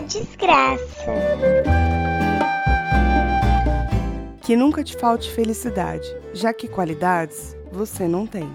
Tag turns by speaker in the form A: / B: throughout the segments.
A: desgraça.
B: Que nunca te falte felicidade, já que qualidades você não tem.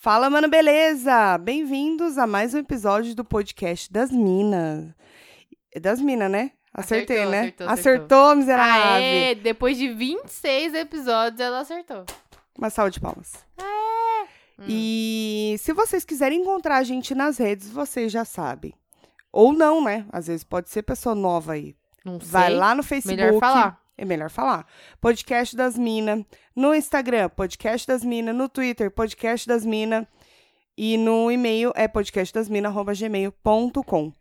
B: Fala, mano, beleza? Bem-vindos a mais um episódio do podcast das Minas. É Das Minas, né? Acertei,
C: Acertou,
B: né?
C: acertou, acertou.
B: miserável.
C: Aê, depois de 26 episódios, ela acertou.
B: Uma salva de palmas. E se vocês quiserem encontrar a gente nas redes, vocês já sabem. Ou não, né? Às vezes pode ser pessoa nova aí.
C: Não sei.
B: Vai lá no Facebook.
C: Melhor falar.
B: É melhor falar. Podcast das Minas. No Instagram, Podcast das Minas. No Twitter, Podcast das Minas. E no e-mail é podcastdasminas.gmail.com.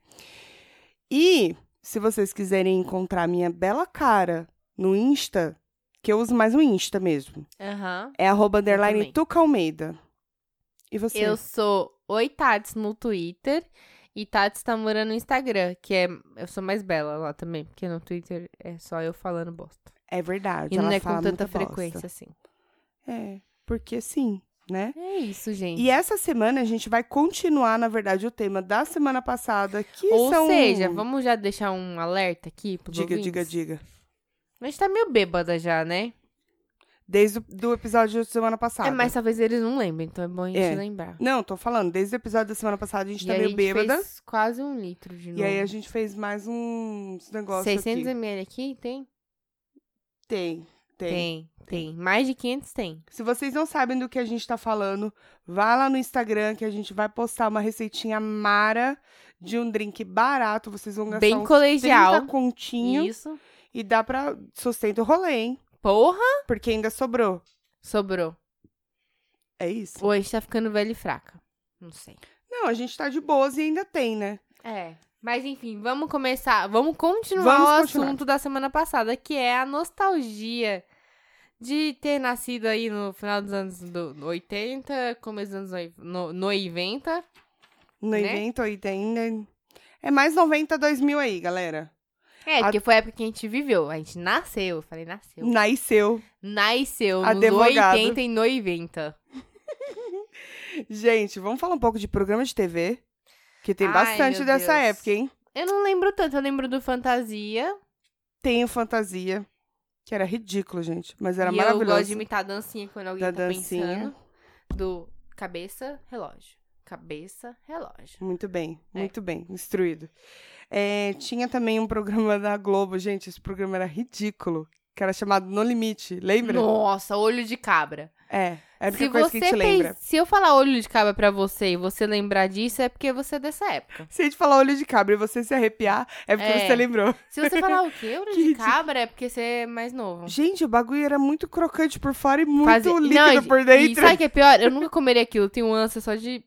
B: E se vocês quiserem encontrar a minha bela cara no Insta, que eu uso mais o Insta mesmo,
C: Aham.
B: é arroba underline
C: também.
B: Tuca Almeida. E você?
C: Eu sou Oi Tats no Twitter e Tats Tamura no Instagram, que é. Eu sou mais bela lá também, porque no Twitter é só eu falando bosta.
B: É verdade.
C: E
B: ela
C: não é
B: fala
C: com tanta
B: muita bosta.
C: frequência assim.
B: É, porque sim, né?
C: É isso, gente.
B: E essa semana a gente vai continuar, na verdade, o tema da semana passada, que
C: Ou
B: são...
C: seja, vamos já deixar um alerta aqui pro
B: Diga, diga, diga.
C: A gente tá meio bêbada já, né?
B: Desde o do episódio da semana passada.
C: É, mas talvez eles não lembrem, então é bom a gente
B: Tá É.
C: lembrar.
B: Não, tô falando, desde o episódio da semana passada a gente
C: E
B: tá
C: a
B: meio
C: gente
B: bêbada.
C: fez quase um litro de novo.
B: E aí a gente fez mais uns negócios
C: 600
B: aqui.
C: ml aqui? Tem?
B: Tem, tem,
C: Tem, tem. Mais de 500 tem.
B: Se vocês não sabem do que a gente tá falando, vá lá no Instagram que a gente vai postar uma receitinha mara de um drink barato. Vocês vão gastar
C: Bem
B: uns 30
C: colegial.
B: continho.
C: Isso.
B: E dá pra sustenta o rolê, hein?
C: Porra!
B: Porque ainda sobrou.
C: Sobrou.
B: É isso?
C: Ou a gente tá ficando velha e fraca. Não sei.
B: Não, a gente tá de boas e ainda tem, né?
C: É. Mas enfim, vamos começar. Vamos continuar
B: Vamos
C: o
B: continuar.
C: assunto da semana passada, que é a nostalgia de ter nascido aí no final dos anos do- no 80, começo dos anos noi- no, no 90.
B: No
C: Né?
B: evento ainda, ainda. É mais 90, 2000 aí, galera.
C: É,
B: A-
C: porque foi a época que a gente viveu. A gente nasceu. Eu falei, nasceu.
B: Nasceu.
C: Nasceu
B: Advogado.
C: nos 80 e 90.
B: Gente, vamos falar um pouco de programa de TV? Que tem
C: Ai,
B: bastante
C: meu
B: dessa
C: Deus.
B: época, hein?
C: Eu não lembro tanto, eu lembro do Fantasia.
B: Tem o Fantasia, que era ridículo, gente. Mas era
C: e eu
B: maravilhoso.
C: gosto de imitar a dancinha quando alguém
B: Da
C: tá
B: dancinha.
C: pensando. Do cabeça, relógio. Cabeça, relógio.
B: Muito bem,
C: É.
B: muito bem, instruído. É, tinha também um programa da Globo, gente, esse programa era ridículo, que era chamado No Limite, lembra?
C: Nossa, olho de cabra.
B: É, é a única
C: se
B: coisa
C: você
B: que a gente
C: pens-
B: lembra.
C: se eu falar olho de cabra pra você e você lembrar disso, é porque você é dessa época.
B: Se a gente falar olho de cabra e você se arrepiar, é porque
C: É.
B: você lembrou.
C: Se você falar o quê? Olho
B: Que
C: de
B: ridículo.
C: cabra é porque você é mais novo.
B: Gente, o bagulho era muito crocante por fora e muito
C: Fazer-
B: líquido
C: Não, e-
B: por
C: E
B: dentro.
C: sabe o que é pior? Eu nunca comeria aquilo. Eu Tenho ânsia só de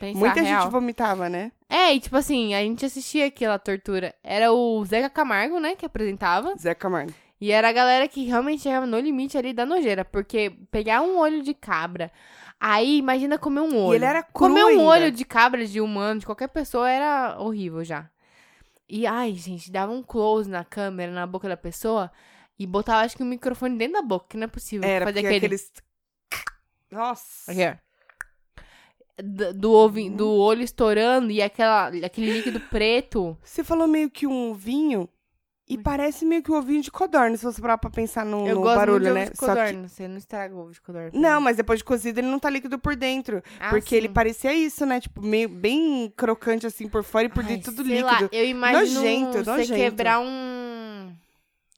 C: pensar
B: Muita
C: real.
B: gente vomitava, né?
C: É, e tipo assim, a gente assistia aquela tortura. Era o Zeca Camargo, né, que apresentava.
B: Zé Camargo.
C: E era a galera que realmente chegava no limite ali da nojeira. Porque pegar um olho de cabra, aí imagina comer um olho.
B: E ele era cru
C: Comer um
B: ainda.
C: olho de cabra, de humano, de qualquer pessoa, era horrível já. E ai, gente, dava um close na câmera, na boca da pessoa, e botava, acho que, o microfone dentro da boca, que não é possível.
B: Era
C: fazer
B: porque
C: aquele...
B: aqueles... Nossa.
C: Aqui, ó. D- Do, ouvi- do olho estourando e aquela, aquele líquido preto.
B: Você falou meio que um ovinho... E parece meio que um ovinho de codorna, se você parar pra pensar no,
C: Eu
B: no
C: gosto
B: barulho,
C: muito de ovo
B: né?
C: de
B: Só que-
C: codorna. Você não estraga o ovo de codorna. pra
B: Não,
C: mim.
B: mas depois de cozido ele não tá líquido por dentro.
C: Ah,
B: porque ele
C: sim.
B: parecia isso, né? Tipo, meio bem crocante assim por fora e por
C: Ai,
B: dentro tudo
C: sei
B: líquido.
C: Lá, eu imagino
B: Nojento,
C: você
B: nojento.
C: quebrar um...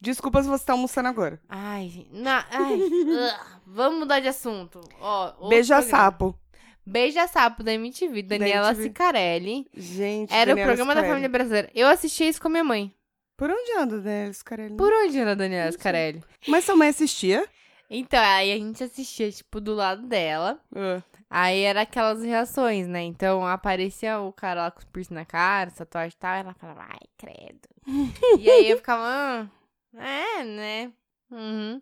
B: Desculpa se você tá almoçando agora.
C: Ai, gente, na, ai, ugh. vamos mudar de assunto. Ó, outro
B: Beija
C: programa.
B: sapo.
C: Beija Sapo da MTV, Daniela
B: MTV.
C: Cicarelli.
B: Gente,
C: Era
B: Daniela
C: o programa da
B: Scarelli.
C: família brasileira. Eu assistia isso com a minha mãe.
B: Por onde anda, Daniela Scarelli?
C: Por onde era a Daniela Cicarelli?
B: Mas sua mãe assistia?
C: Então, aí a gente assistia, tipo, do lado dela. Aí era aquelas reações, né? Então aparecia o cara lá com os piercing na cara, essa tatuagem e tal, e ela falava, ai, credo. e aí eu ficava, ah, é, né? Uhum.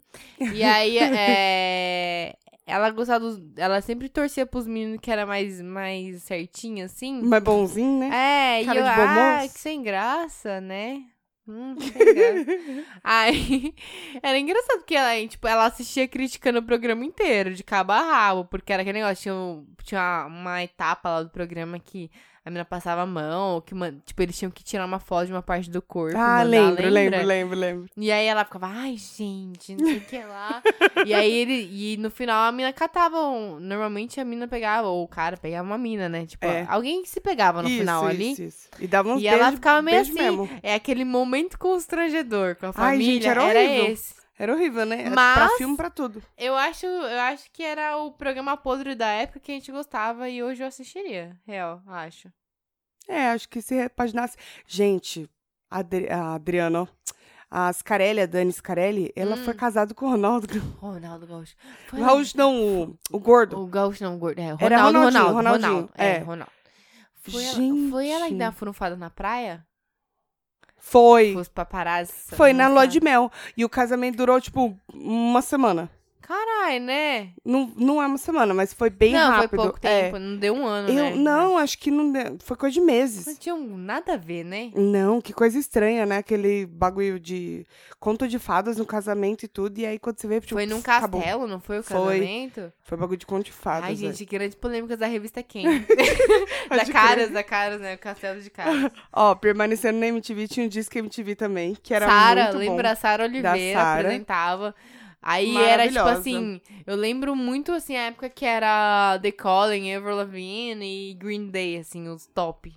C: E aí é, Ela gostava dos. Ela sempre torcia pros meninos que era mais, mais certinho, assim.
B: Mas bonzinho, né?
C: É, e
B: Cara
C: eu,
B: de bom
C: ah,
B: moço."
C: que sem graça, né? Hum, que sem graça. Aí, era engraçado porque ela, hein, tipo, ela assistia criticando o programa inteiro, de cabo a rabo, porque era aquele negócio, tinha, um- tinha uma, uma etapa lá do programa que a menina passava a mão, que, man- tipo, eles tinham que tirar uma foto de uma parte do corpo. e
B: Ah,
C: mandar,
B: lembro,
C: lembra?
B: lembro, lembro, lembro.
C: E aí ela ficava, ai, gente, não sei o que lá. e aí ele. E no final a mina catava. um- Normalmente a mina pegava, ou o cara pegava uma mina, né? Tipo,
B: É.
C: alguém que se pegava no
B: Isso,
C: final
B: isso,
C: ali.
B: isso. E dava uns
C: E ela
B: beijos-
C: ficava meio
B: beijo
C: assim.
B: mesmo.
C: É aquele momento constrangedor com a
B: Ai,
C: família.
B: gente, era horrível.
C: esse.
B: Era horrível, né? Era Pra
C: Mas-
B: filme, pra tudo.
C: Eu acho, eu acho que era o programa podre da época que a gente gostava e hoje eu assistiria. Real, acho.
B: É, acho que se repaginasse. Gente, a, Adri... a Adriana, ó. A Scarelli, a Dani Scarelli, ela foi casada com o Ronaldo.
C: Ronaldo Gaúcho. Hum. Foi
B: Raul, não, o, o gordo.
C: O Gaúcho não, o gordo. É,
B: Era
C: Ronaldo,
B: Ronaldinho,
C: Ronaldo,
B: Ronaldinho,
C: Ronaldo. É,
B: é.
C: Ronaldo. Foi ela,
B: Gente.
C: foi ela que deu uma furunfada na praia?
B: Foi.
C: Foi os paparazzi.
B: Foi na lua
C: lançaram.
B: de mel. E o casamento durou, tipo, uma semana.
C: Caralho, né?
B: Não, não é uma semana, mas foi bem
C: não,
B: rápido.
C: foi pouco
B: É.
C: tempo. Não deu um ano,
B: Eu,
C: né?
B: Não, acho que não. deu- Foi coisa de
C: Não
B: meses.
C: tinha um- nada a ver, né?
B: Não, que coisa estranha, né? Aquele bagulho de conto de fadas no casamento e tudo. E aí quando você vê, tipo,
C: Foi num
B: pss, acabou.
C: castelo, não foi o
B: Foi.
C: casamento?
B: Foi bagulho de conto de fadas.
C: Ai,
B: velho.
C: gente, grandes polêmicas da revista quem? da
B: é. Pode
C: Caras, da Caras, né? O castelo de Caras.
B: Ó, permanecendo na MTV, tinha um disco MTV também, que era
C: Sara,
B: muito
C: lembra a Sara Oliveira,
B: Sara.
C: apresentava. Aí era tipo
B: Maravilhosa.
C: assim, eu lembro muito assim a época que era The Calling, Avril Lavigne e Green Day, assim, os top.
B: bom.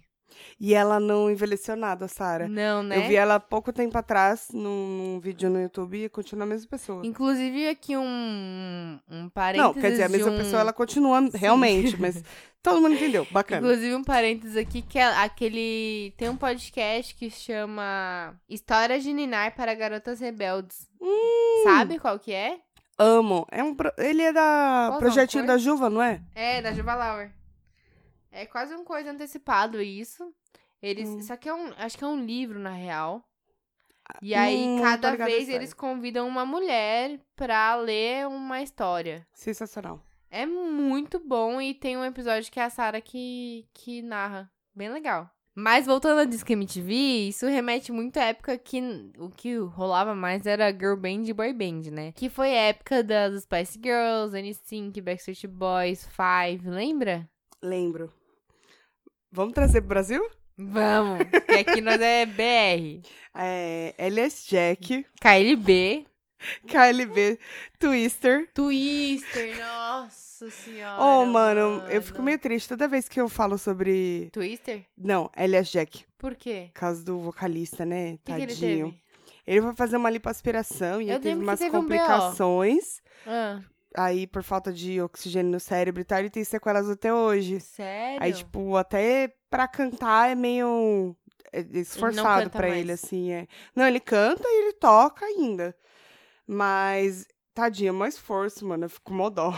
B: E ela não envelheceu nada, a Sara.
C: Não, né?
B: É. Eu vi ela há pouco tempo atrás, num, num vídeo no YouTube, e continua a mesma pessoa.
C: Inclusive aqui um, um parênteses
B: Não, quer dizer, a
C: de
B: mesma
C: um-
B: pessoa, é ela continua realmente, mas todo mundo entendeu. Bacana.
C: Inclusive um parênteses aqui, que é aquele... Tem um podcast que chama Histórias de Ninar para Garotas Rebeldes.
B: Hum.
C: Sabe qual que é?
B: Amo. É um pro- Ele é da
C: Posso
B: Projetinho
C: dar uma
B: da Juva, não é?
C: É, da Juva Lauer. É quase um coisa antecipado isso. Eles,
B: Hum.
C: Só que é um, acho que é um livro, na real. E aí,
B: Hum, tô
C: cada
B: ligada à
C: vez
B: história.
C: eles convidam uma mulher pra ler uma história.
B: Sensacional.
C: É muito bom e tem um episódio que é a Sarah que, que narra. Bem legal. Mas voltando ao Disque MTV, isso remete muito à época que n- o que rolava mais era girl band e boy band, né? Que foi a época das Spice Girls, NSYNC, Backstreet Boys, Five, lembra?
B: Lembro. Vamos trazer pro Brasil?
C: Vamos, que aqui nós é BR,
B: É, LS Jack,
C: KLB,
B: KLB, Twister.
C: Twister, nossa senhora.
B: Oh, mano, eu fico meio triste toda vez que eu falo sobre.
C: Twister?
B: Não, LS Jack.
C: Por quê?
B: Por causa do vocalista, né?
C: O que, que ele
B: Tadinho.
C: teve?
B: Ele foi fazer uma lipoaspiração e
C: Eu
B: aí teve
C: lembro que
B: umas
C: teve um BO.
B: complicações.
C: Ah,
B: aí, por falta de oxigênio no cérebro e tal, ele tem sequelas até hoje.
C: sério?
B: Aí, tipo, até pra cantar é meio é esforçado
C: canta
B: pra ele,
C: mais.
B: assim. É. Não, ele canta e ele toca ainda. Mas, tadinha, mais esforço, mano. Eu fico mó dó.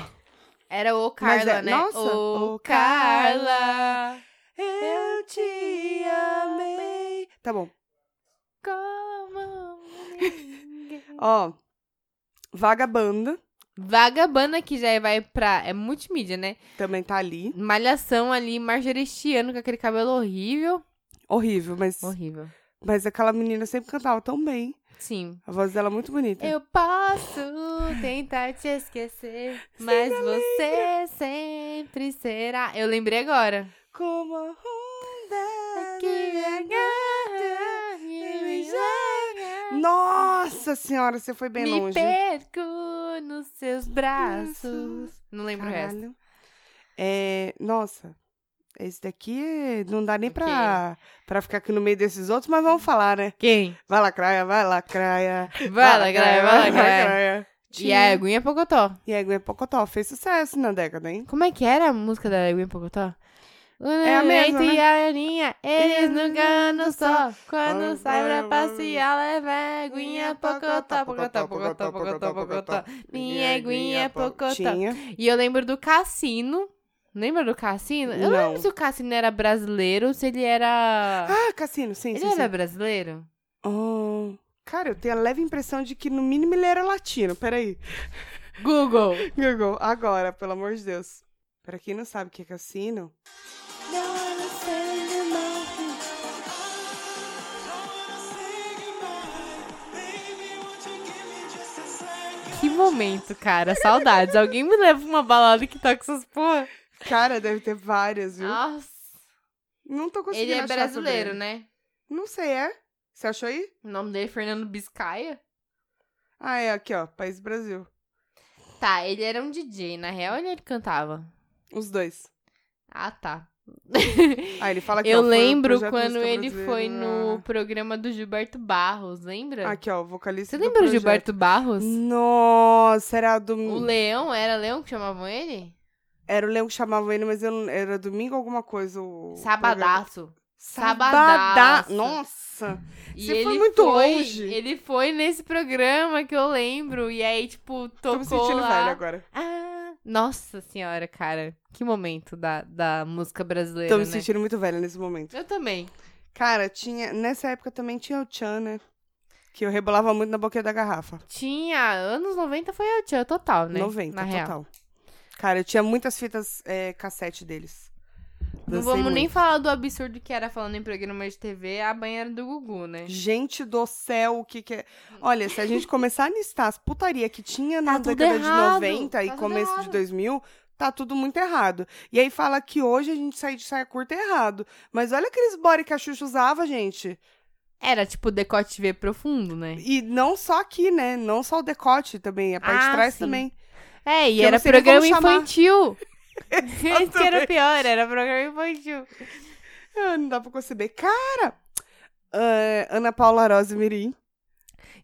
C: Era o
B: Mas
C: Carla,
B: é-
C: né?
B: nossa,
C: o,
B: o
C: Carla.
B: Eu te amei. Tá bom.
C: Como ninguém.
B: Ó, Vagabanda
C: Vagabana que já vai pra. É multimídia, né?
B: também tá ali.
C: Malhação ali, margeristiano com aquele cabelo horrível.
B: Horrível, mas,
C: Horrível.
B: mas aquela menina sempre cantava tão bem.
C: Sim.
B: A voz dela é muito bonita.
C: Eu posso tentar te esquecer, mas você sempre será. Eu lembrei agora.
B: Como a
C: um
B: onda
C: Que
B: me
C: agarra, me
B: me
C: joga.
B: Nossa senhora, você foi bem
C: Me
B: longe.
C: perco nos seus braços. Não lembro o resto.
B: Caralho. É, nossa, esse daqui é- não dá nem pra, pra ficar aqui no meio desses outros, mas vamos falar, né?
C: Quem?
B: Vai lacraia, vai lacraia.
C: Vai lá, galera, vai lá, galera. E a
B: Diego.
C: Aguinha Pocotó.
B: Diego é Pocotó, fez sucesso na década, hein?
C: Como é que era a música da Aguinha Pocotó? É
B: a mesma, né?
C: e a Aninha, eles nunca andam só. Quando
B: Quando
C: sai pra
B: vai,
C: passear, leva a aguinha pocotó, pocotó, pocotó, pocotó, pocotó. Minha aguinha pocotó.
B: Tinha.
C: E eu lembro do Cassino. Lembra do Cassino? Eu não,
B: Não.
C: lembro se o Cassino era brasileiro ou se ele era.
B: Ah, Cassino, sim,
C: Tá. ele
B: sim,
C: era
B: sim.
C: brasileiro?
B: Oh, cara, eu tenho a leve impressão de que no mínimo ele era latino, peraí.
C: Google.
B: Google, agora, pelo amor de Deus. Pra quem não sabe o que é cassino.
C: Que momento, cara. Saudades. Alguém me leva pra uma balada que toca essas porra.
B: Cara, deve ter várias, viu?
C: Nossa.
B: Não tô conseguindo
C: Ah, Ele é
B: achar
C: brasileiro,
B: sobre ele.
C: né?
B: Não sei, é? Você achou aí?
C: O nome dele é Fernando Biscaia.
B: Ah, é aqui, ó. País Brasil.
C: Tá, ele era um DJ. Na real, ele ele cantava.
B: Os dois.
C: Ah, tá.
B: Ah, ele fala que
C: Eu
B: ó, foi o
C: lembro
B: projeto
C: quando
B: Música
C: ele foi
B: Brasileira.
C: no programa do Gilberto Barros, lembra?
B: Aqui, ó, o vocalista.
C: Você
B: do
C: lembra do
B: projeto. Hum.
C: Gilberto Barros?
B: Nossa, era
C: O
B: domingo.
C: Leão, era Leão que chamavam ele?
B: Era o Leão que chamava ele, mas eu não- era domingo alguma coisa. O... o programa.
C: Sabadaço.
B: Sabadá.
C: Sabadaço.
B: Nossa.
C: E
B: Você foi muito longe.
C: Ele foi nesse programa que eu lembro. E aí, tipo,
B: Tô
C: tocou
B: me sentindo
C: lá.
B: velha agora.
C: Ah, nossa senhora, cara. Que momento da, da música brasileira,
B: Tô me
C: né?
B: sentindo muito velha nesse momento.
C: Eu também.
B: Cara, tinha. Nessa época também tinha o Tchan, né? Que eu rebolava muito na boquinha da garrafa.
C: Tinha, anos 90 foi eu tinha total, né?
B: 90,
C: Na real.
B: total. Cara, eu tinha muitas fitas é, cassete deles.
C: Não
B: Dancei
C: vamos nem
B: muito.
C: falar do absurdo que era falando em programa de TV, a banheira do Gugu, né?
B: Gente do céu, o que que é... Olha, se a gente começar a listar as putaria que tinha na
C: Tá tudo
B: década
C: errado,
B: de 90
C: tá
B: e
C: tudo
B: começo de
C: errado.
B: 2000, tá tudo muito errado. E aí fala que hoje a gente sai de saia curta é errado. Mas olha aqueles body que a Xuxa usava, gente.
C: Era tipo decote V profundo, né?
B: E não só aqui, né? Não só o decote também, a parte
C: Ah,
B: de trás
C: sim.
B: também.
C: É, e
B: Que eu não
C: era
B: sei nem
C: programa
B: como chamar.
C: infantil. Esse que era o pior, era programa infantil.
B: Ah, não dá pra conceber. Cara! ah, Ana Paula Rose Mirim.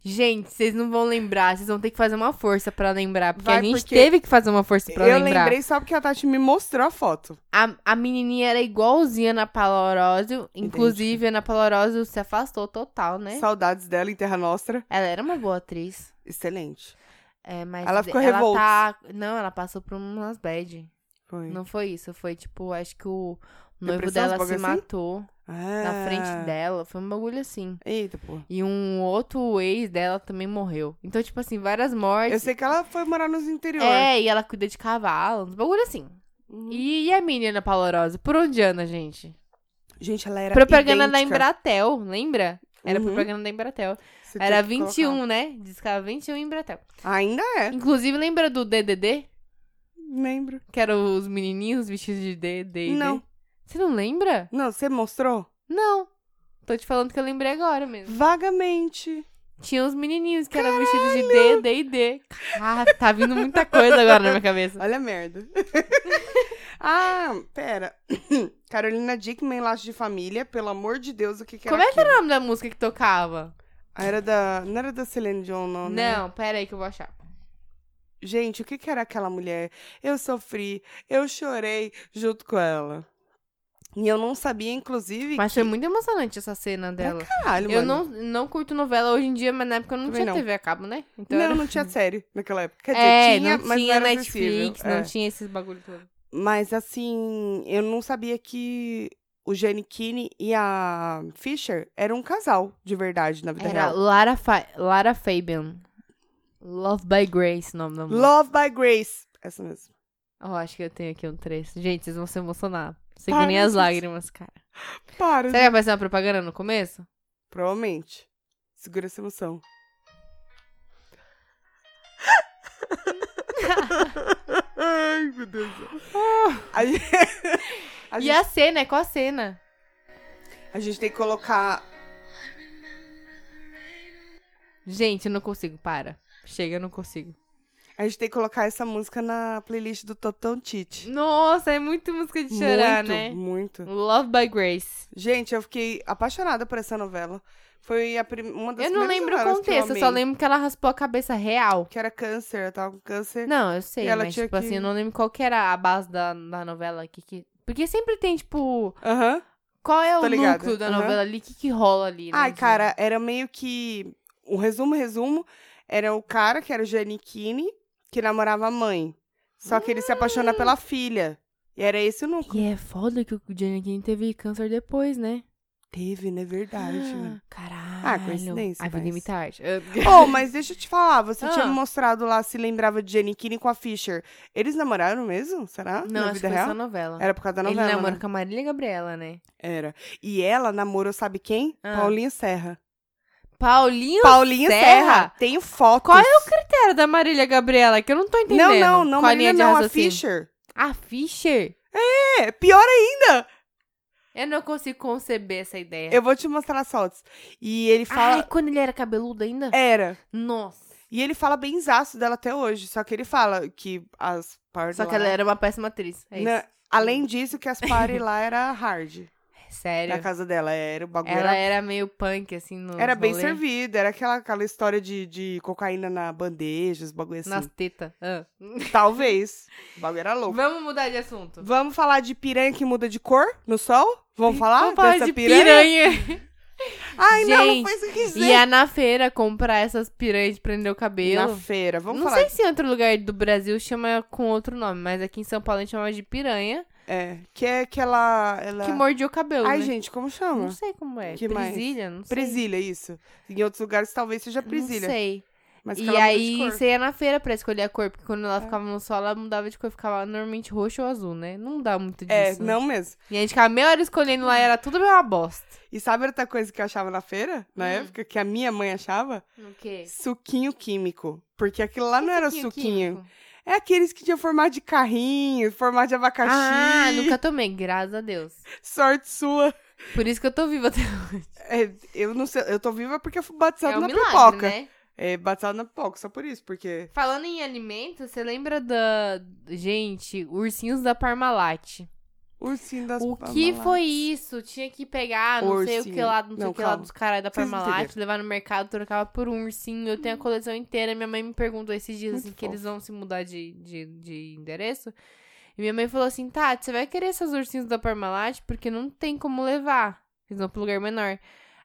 C: Gente, vocês não vão lembrar, vocês vão ter que fazer uma força pra lembrar, porque
B: Vai,
C: a gente
B: porque
C: teve que fazer uma força pra
B: eu
C: lembrar.
B: lembrei só porque a Tati me mostrou a foto.
C: A, a menininha era igualzinha na Palorosio, inclusive a Ana Palorosio se afastou total, né?
B: Saudades dela em Terra Nostra.
C: Ela era uma boa atriz.
B: Excelente.
C: É, mas
B: Ela ficou
C: ela
B: revolta.
C: tá... Não, ela passou por umas bad.
B: Foi.
C: Não foi isso, foi tipo, acho que o noivo
B: Depressão, uns
C: dela se
B: bagulho assim? É.
C: matou na frente dela. Foi um bagulho assim.
B: Eita, pô.
C: E um outro ex dela também morreu. Então, tipo assim, várias
B: Eu
C: mortes.
B: sei que ela foi morar nos interior.
C: É, e ela cuida de cavalo, uns bagulho assim.
B: Uhum.
C: E, e a menina palorosa? Por onde anda, gente?
B: Gente, ela era
C: Propaganda da
B: idêntica.
C: Embratel, lembra? Era
B: Uhum.
C: propaganda da Embratel.
B: Você tinha
C: Era
B: que
C: 21, né? Discava 21 Embratel.
B: colocar. Ainda é.
C: Inclusive, lembra do DDD?
B: Lembro.
C: Que eram os menininhos vestidos de DDD?
B: Não.
C: Você não lembra?
B: Não, você mostrou?
C: Não. Tô te falando que eu lembrei agora mesmo.
B: Vagamente.
C: Tinha os menininhos que eram vestidos de D, D e D. Ah, tá vindo muita coisa agora na minha cabeça.
B: Olha a merda. ah, pera. Carolina Dickman, Laço de Família. Pelo amor de Deus, o que que
C: Como
B: era
C: é que era o nome da música que tocava?
B: Ah, Era da... Não era da Celine Dion, não, né?
C: Não, pera aí que eu vou achar.
B: Gente, o que que era aquela mulher? Eu sofri, eu chorei junto com ela. E eu não sabia, inclusive,
C: Mas
B: que...
C: foi muito emocionante essa cena dela.
B: Caralho,
C: Eu
B: mano.
C: não, não curto novela hoje em dia, mas na época eu não
B: Também
C: tinha
B: não.
C: TV a cabo, né? Então
B: Não,
C: era-
B: não tinha série naquela época. Quer dizer,
C: É,
B: tinha,
C: não
B: mas
C: tinha
B: não era
C: Netflix,
B: acessível.
C: não
B: É.
C: tinha esses bagulho todo.
B: Mas, assim, eu não sabia que o Jenny Keane e a Fisher eram um casal, de verdade, na vida
C: Era
B: real.
C: Lara, Fa Lara Fabian. Love by Grace, o nome da música.
B: Love by Grace. Essa mesmo.
C: Ó, acho que eu tenho aqui um trecho. Gente, vocês vão se emocionar.
B: Para,
C: Segurem as
B: gente.
C: lágrimas, cara.
B: Para.
C: Será que vai ser uma propaganda no começo?
B: Provavelmente. Segura essa emoção. Ai, meu Deus. do céu. A gen- a gente, a,
C: E
B: gente,
C: a cena, é qual a cena?
B: tem que colocar.
C: Gente, eu não consigo, para. Chega, eu não consigo.
B: A gente tem que colocar essa música na playlist do Totão Tite.
C: Nossa, é muito música de chorar,
B: muito,
C: né?
B: Muito.
C: Love by Grace.
B: Gente, eu fiquei apaixonada por essa novela. Foi a prim... uma das
C: eu não
B: primeiras
C: lembro o
B: novelas que eu
C: contexto, eu só
B: amei.
C: lembro que ela raspou a cabeça real.
B: Que era câncer, ela tava com câncer.
C: Não, eu sei,
B: E ela
C: mas
B: tinha
C: tipo
B: que-
C: assim, eu não lembro qual que era a base da, da novela aqui. Que... Porque sempre tem, tipo,
B: Aham.
C: qual é
B: Tô
C: o
B: ligada,
C: núcleo da
B: aham.
C: novela ali, o que que rola ali. né,
B: Ai,
C: gente?
B: cara, era meio que. O resumo, resumo, era o cara que era o Giannichini, que namorava a mãe. Só que ele se apaixona pela
C: Ah!
B: filha. E era esse o núcleo.
C: E é foda que o Johnny King teve câncer depois, né?
B: Teve, né? Verdade. mano.
C: Caralho.
B: Ah, coincidência,
C: A vida
B: mas-
C: imita a arte.
B: Oh, mas deixa eu te falar, você tinha
C: Ah.
B: me mostrado lá, se lembrava de Jenny Kinney com a Fisher. Eles namoraram mesmo? Será?
C: Não,
B: Na
C: acho
B: vida
C: que foi só
B: real?
C: novela.
B: Era por causa da
C: Ele
B: novela.
C: namorou
B: né?
C: com a Marília Gabriela, né?
B: Era. E ela namorou, sabe quem?
C: Ah.
B: Paulinha Serra.
C: Paulinho
B: Paulinha Serra.
C: Serra?
B: Tem fotos.
C: Qual é o critério da Marília Gabriela? Que eu não tô entendendo.
B: Não, não, não,
C: Qual a
B: Marília
C: linha de
B: não, a
C: raciocínio?
B: Fisher.
C: A Fischer?
B: É, pior
C: Eu não consigo conceber essa ideia.
B: Eu vou te mostrar as fotos. E ele
C: Ai,
B: fala.
C: quando ele era cabeludo ainda?
B: Era.
C: Nossa.
B: E ele fala bem zaço dela até hoje. Só que ele fala que as partes.
C: Só que ela era uma péssima atriz. É isso.
B: Além disso, que as parties lá era hard. Na
C: É Sério.
B: casa dela. Era o bagulho.
C: Ela
B: Era,
C: era meio punk, assim, no
B: Tá, era bem
C: rolê,
B: servida. Era aquela, aquela história de, de cocaína na bandeja, os bagulho assim.
C: Nas tetas. Ah.
B: Talvez. O bagulho era louco.
C: Vamos mudar de assunto.
B: Vamos falar de piranha que muda de cor no sol? Vamos falar
C: Vamos falar
B: dessa
C: de
B: piranha?
C: piranha.
B: Ai, não, não
C: Gente,
B: foi isso que eu quis dizer.
C: E é na feira comprar essas piranhas de prender o cabelo.
B: Na feira. Vamos
C: não
B: falar.
C: sei se em outro lugar do Brasil chama com outro nome, mas aqui em São Paulo a gente chama de piranha,
B: É, que é que ela... ela...
C: que mordeu o cabelo,
B: Ai,
C: né?
B: gente, como
C: Não
B: chama?
C: sei como é.
B: Que mais?
C: Presilha? Não sei.
B: Presilha, isso. Em outros lugares talvez seja
C: Não
B: presilha.
C: sei.
B: Mas que
C: E
B: ela muda de
C: aí
B: cor. É.
C: você ia na feira pra escolher a cor, porque quando ela ficava no sol, ela mudava de cor, ficava normalmente roxo ou azul, né? Não dá muito disso.
B: É,
C: né?
B: não mesmo.
C: E a gente ficava meia hora escolhendo lá, era tudo meio uma bosta.
B: E sabe outra coisa que eu achava na feira, na
C: Hum.
B: época, que a minha mãe achava?
C: O quê?
B: Suquinho químico. Porque aquilo lá não era suquinho. É aqueles que tinham formato de carrinho, formato de abacaxi.
C: Ah, nunca tomei, graças a Deus.
B: Sorte sua.
C: Por isso que eu tô viva até hoje.
B: É, eu não sei, eu tô viva porque eu fui batizado
C: é um
B: na
C: milagre,
B: pipoca.
C: né?
B: É, batizado na pipoca, só por isso, porque.
C: Falando em alimentos, você lembra da... Gente, ursinhos da Parmalat.
B: Ursinho das
C: O que
B: Parmalat.
C: foi isso? Tinha que pegar, não sei o que
B: Ursinho.
C: lá, não sei
B: Não,
C: o que lá
B: calma.
C: dos caras da
B: Vocês
C: Parmalat,
B: entenderam.
C: levar no mercado, trocava por um ursinho. Eu tenho a coleção inteira. Minha mãe me perguntou esses dias,
B: Muito
C: assim, que
B: fofo.
C: eles vão se mudar de, de, de endereço. E minha mãe falou assim, Tati, você vai querer esses ursinhos da Parmalat? Porque não tem como levar. Eles vão pro lugar menor.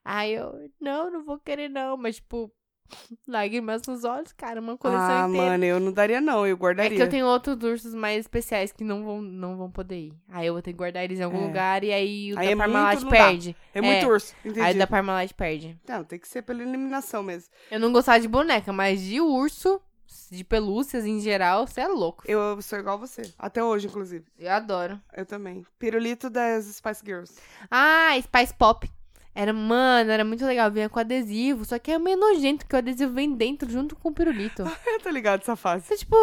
C: Aí eu, não, não vou querer não. Mas, tipo, lágrimas nos olhos, cara, uma coleção
B: Ah,
C: inteira.
B: mano, eu não daria, não, eu
C: É
B: guardaria.
C: que eu tenho outros ursos mais especiais que não vão, não vão poder ir. Aí eu vou ter que guardar eles em algum
B: É.
C: lugar e aí o
B: Aí
C: da
B: é muito,
C: Parmalat
B: não dá.
C: perde.
B: É muito
C: é.
B: urso, entendi.
C: Aí o da Parmalat perde.
B: Não, tem que ser pela eliminação mesmo.
C: Eu não gostava de boneca, mas de urso, de pelúcias em geral, você é louco.
B: Eu sou igual você. Até hoje, inclusive.
C: Eu adoro.
B: Eu também. Pirulito das Spice Girls.
C: Ah, Spice Pop. Era, mano, era muito legal. Vinha com adesivo, só que é meio nojento que o adesivo vem dentro junto com o pirulito.
B: Eu tô ligado essa fase.
C: Você, tipo,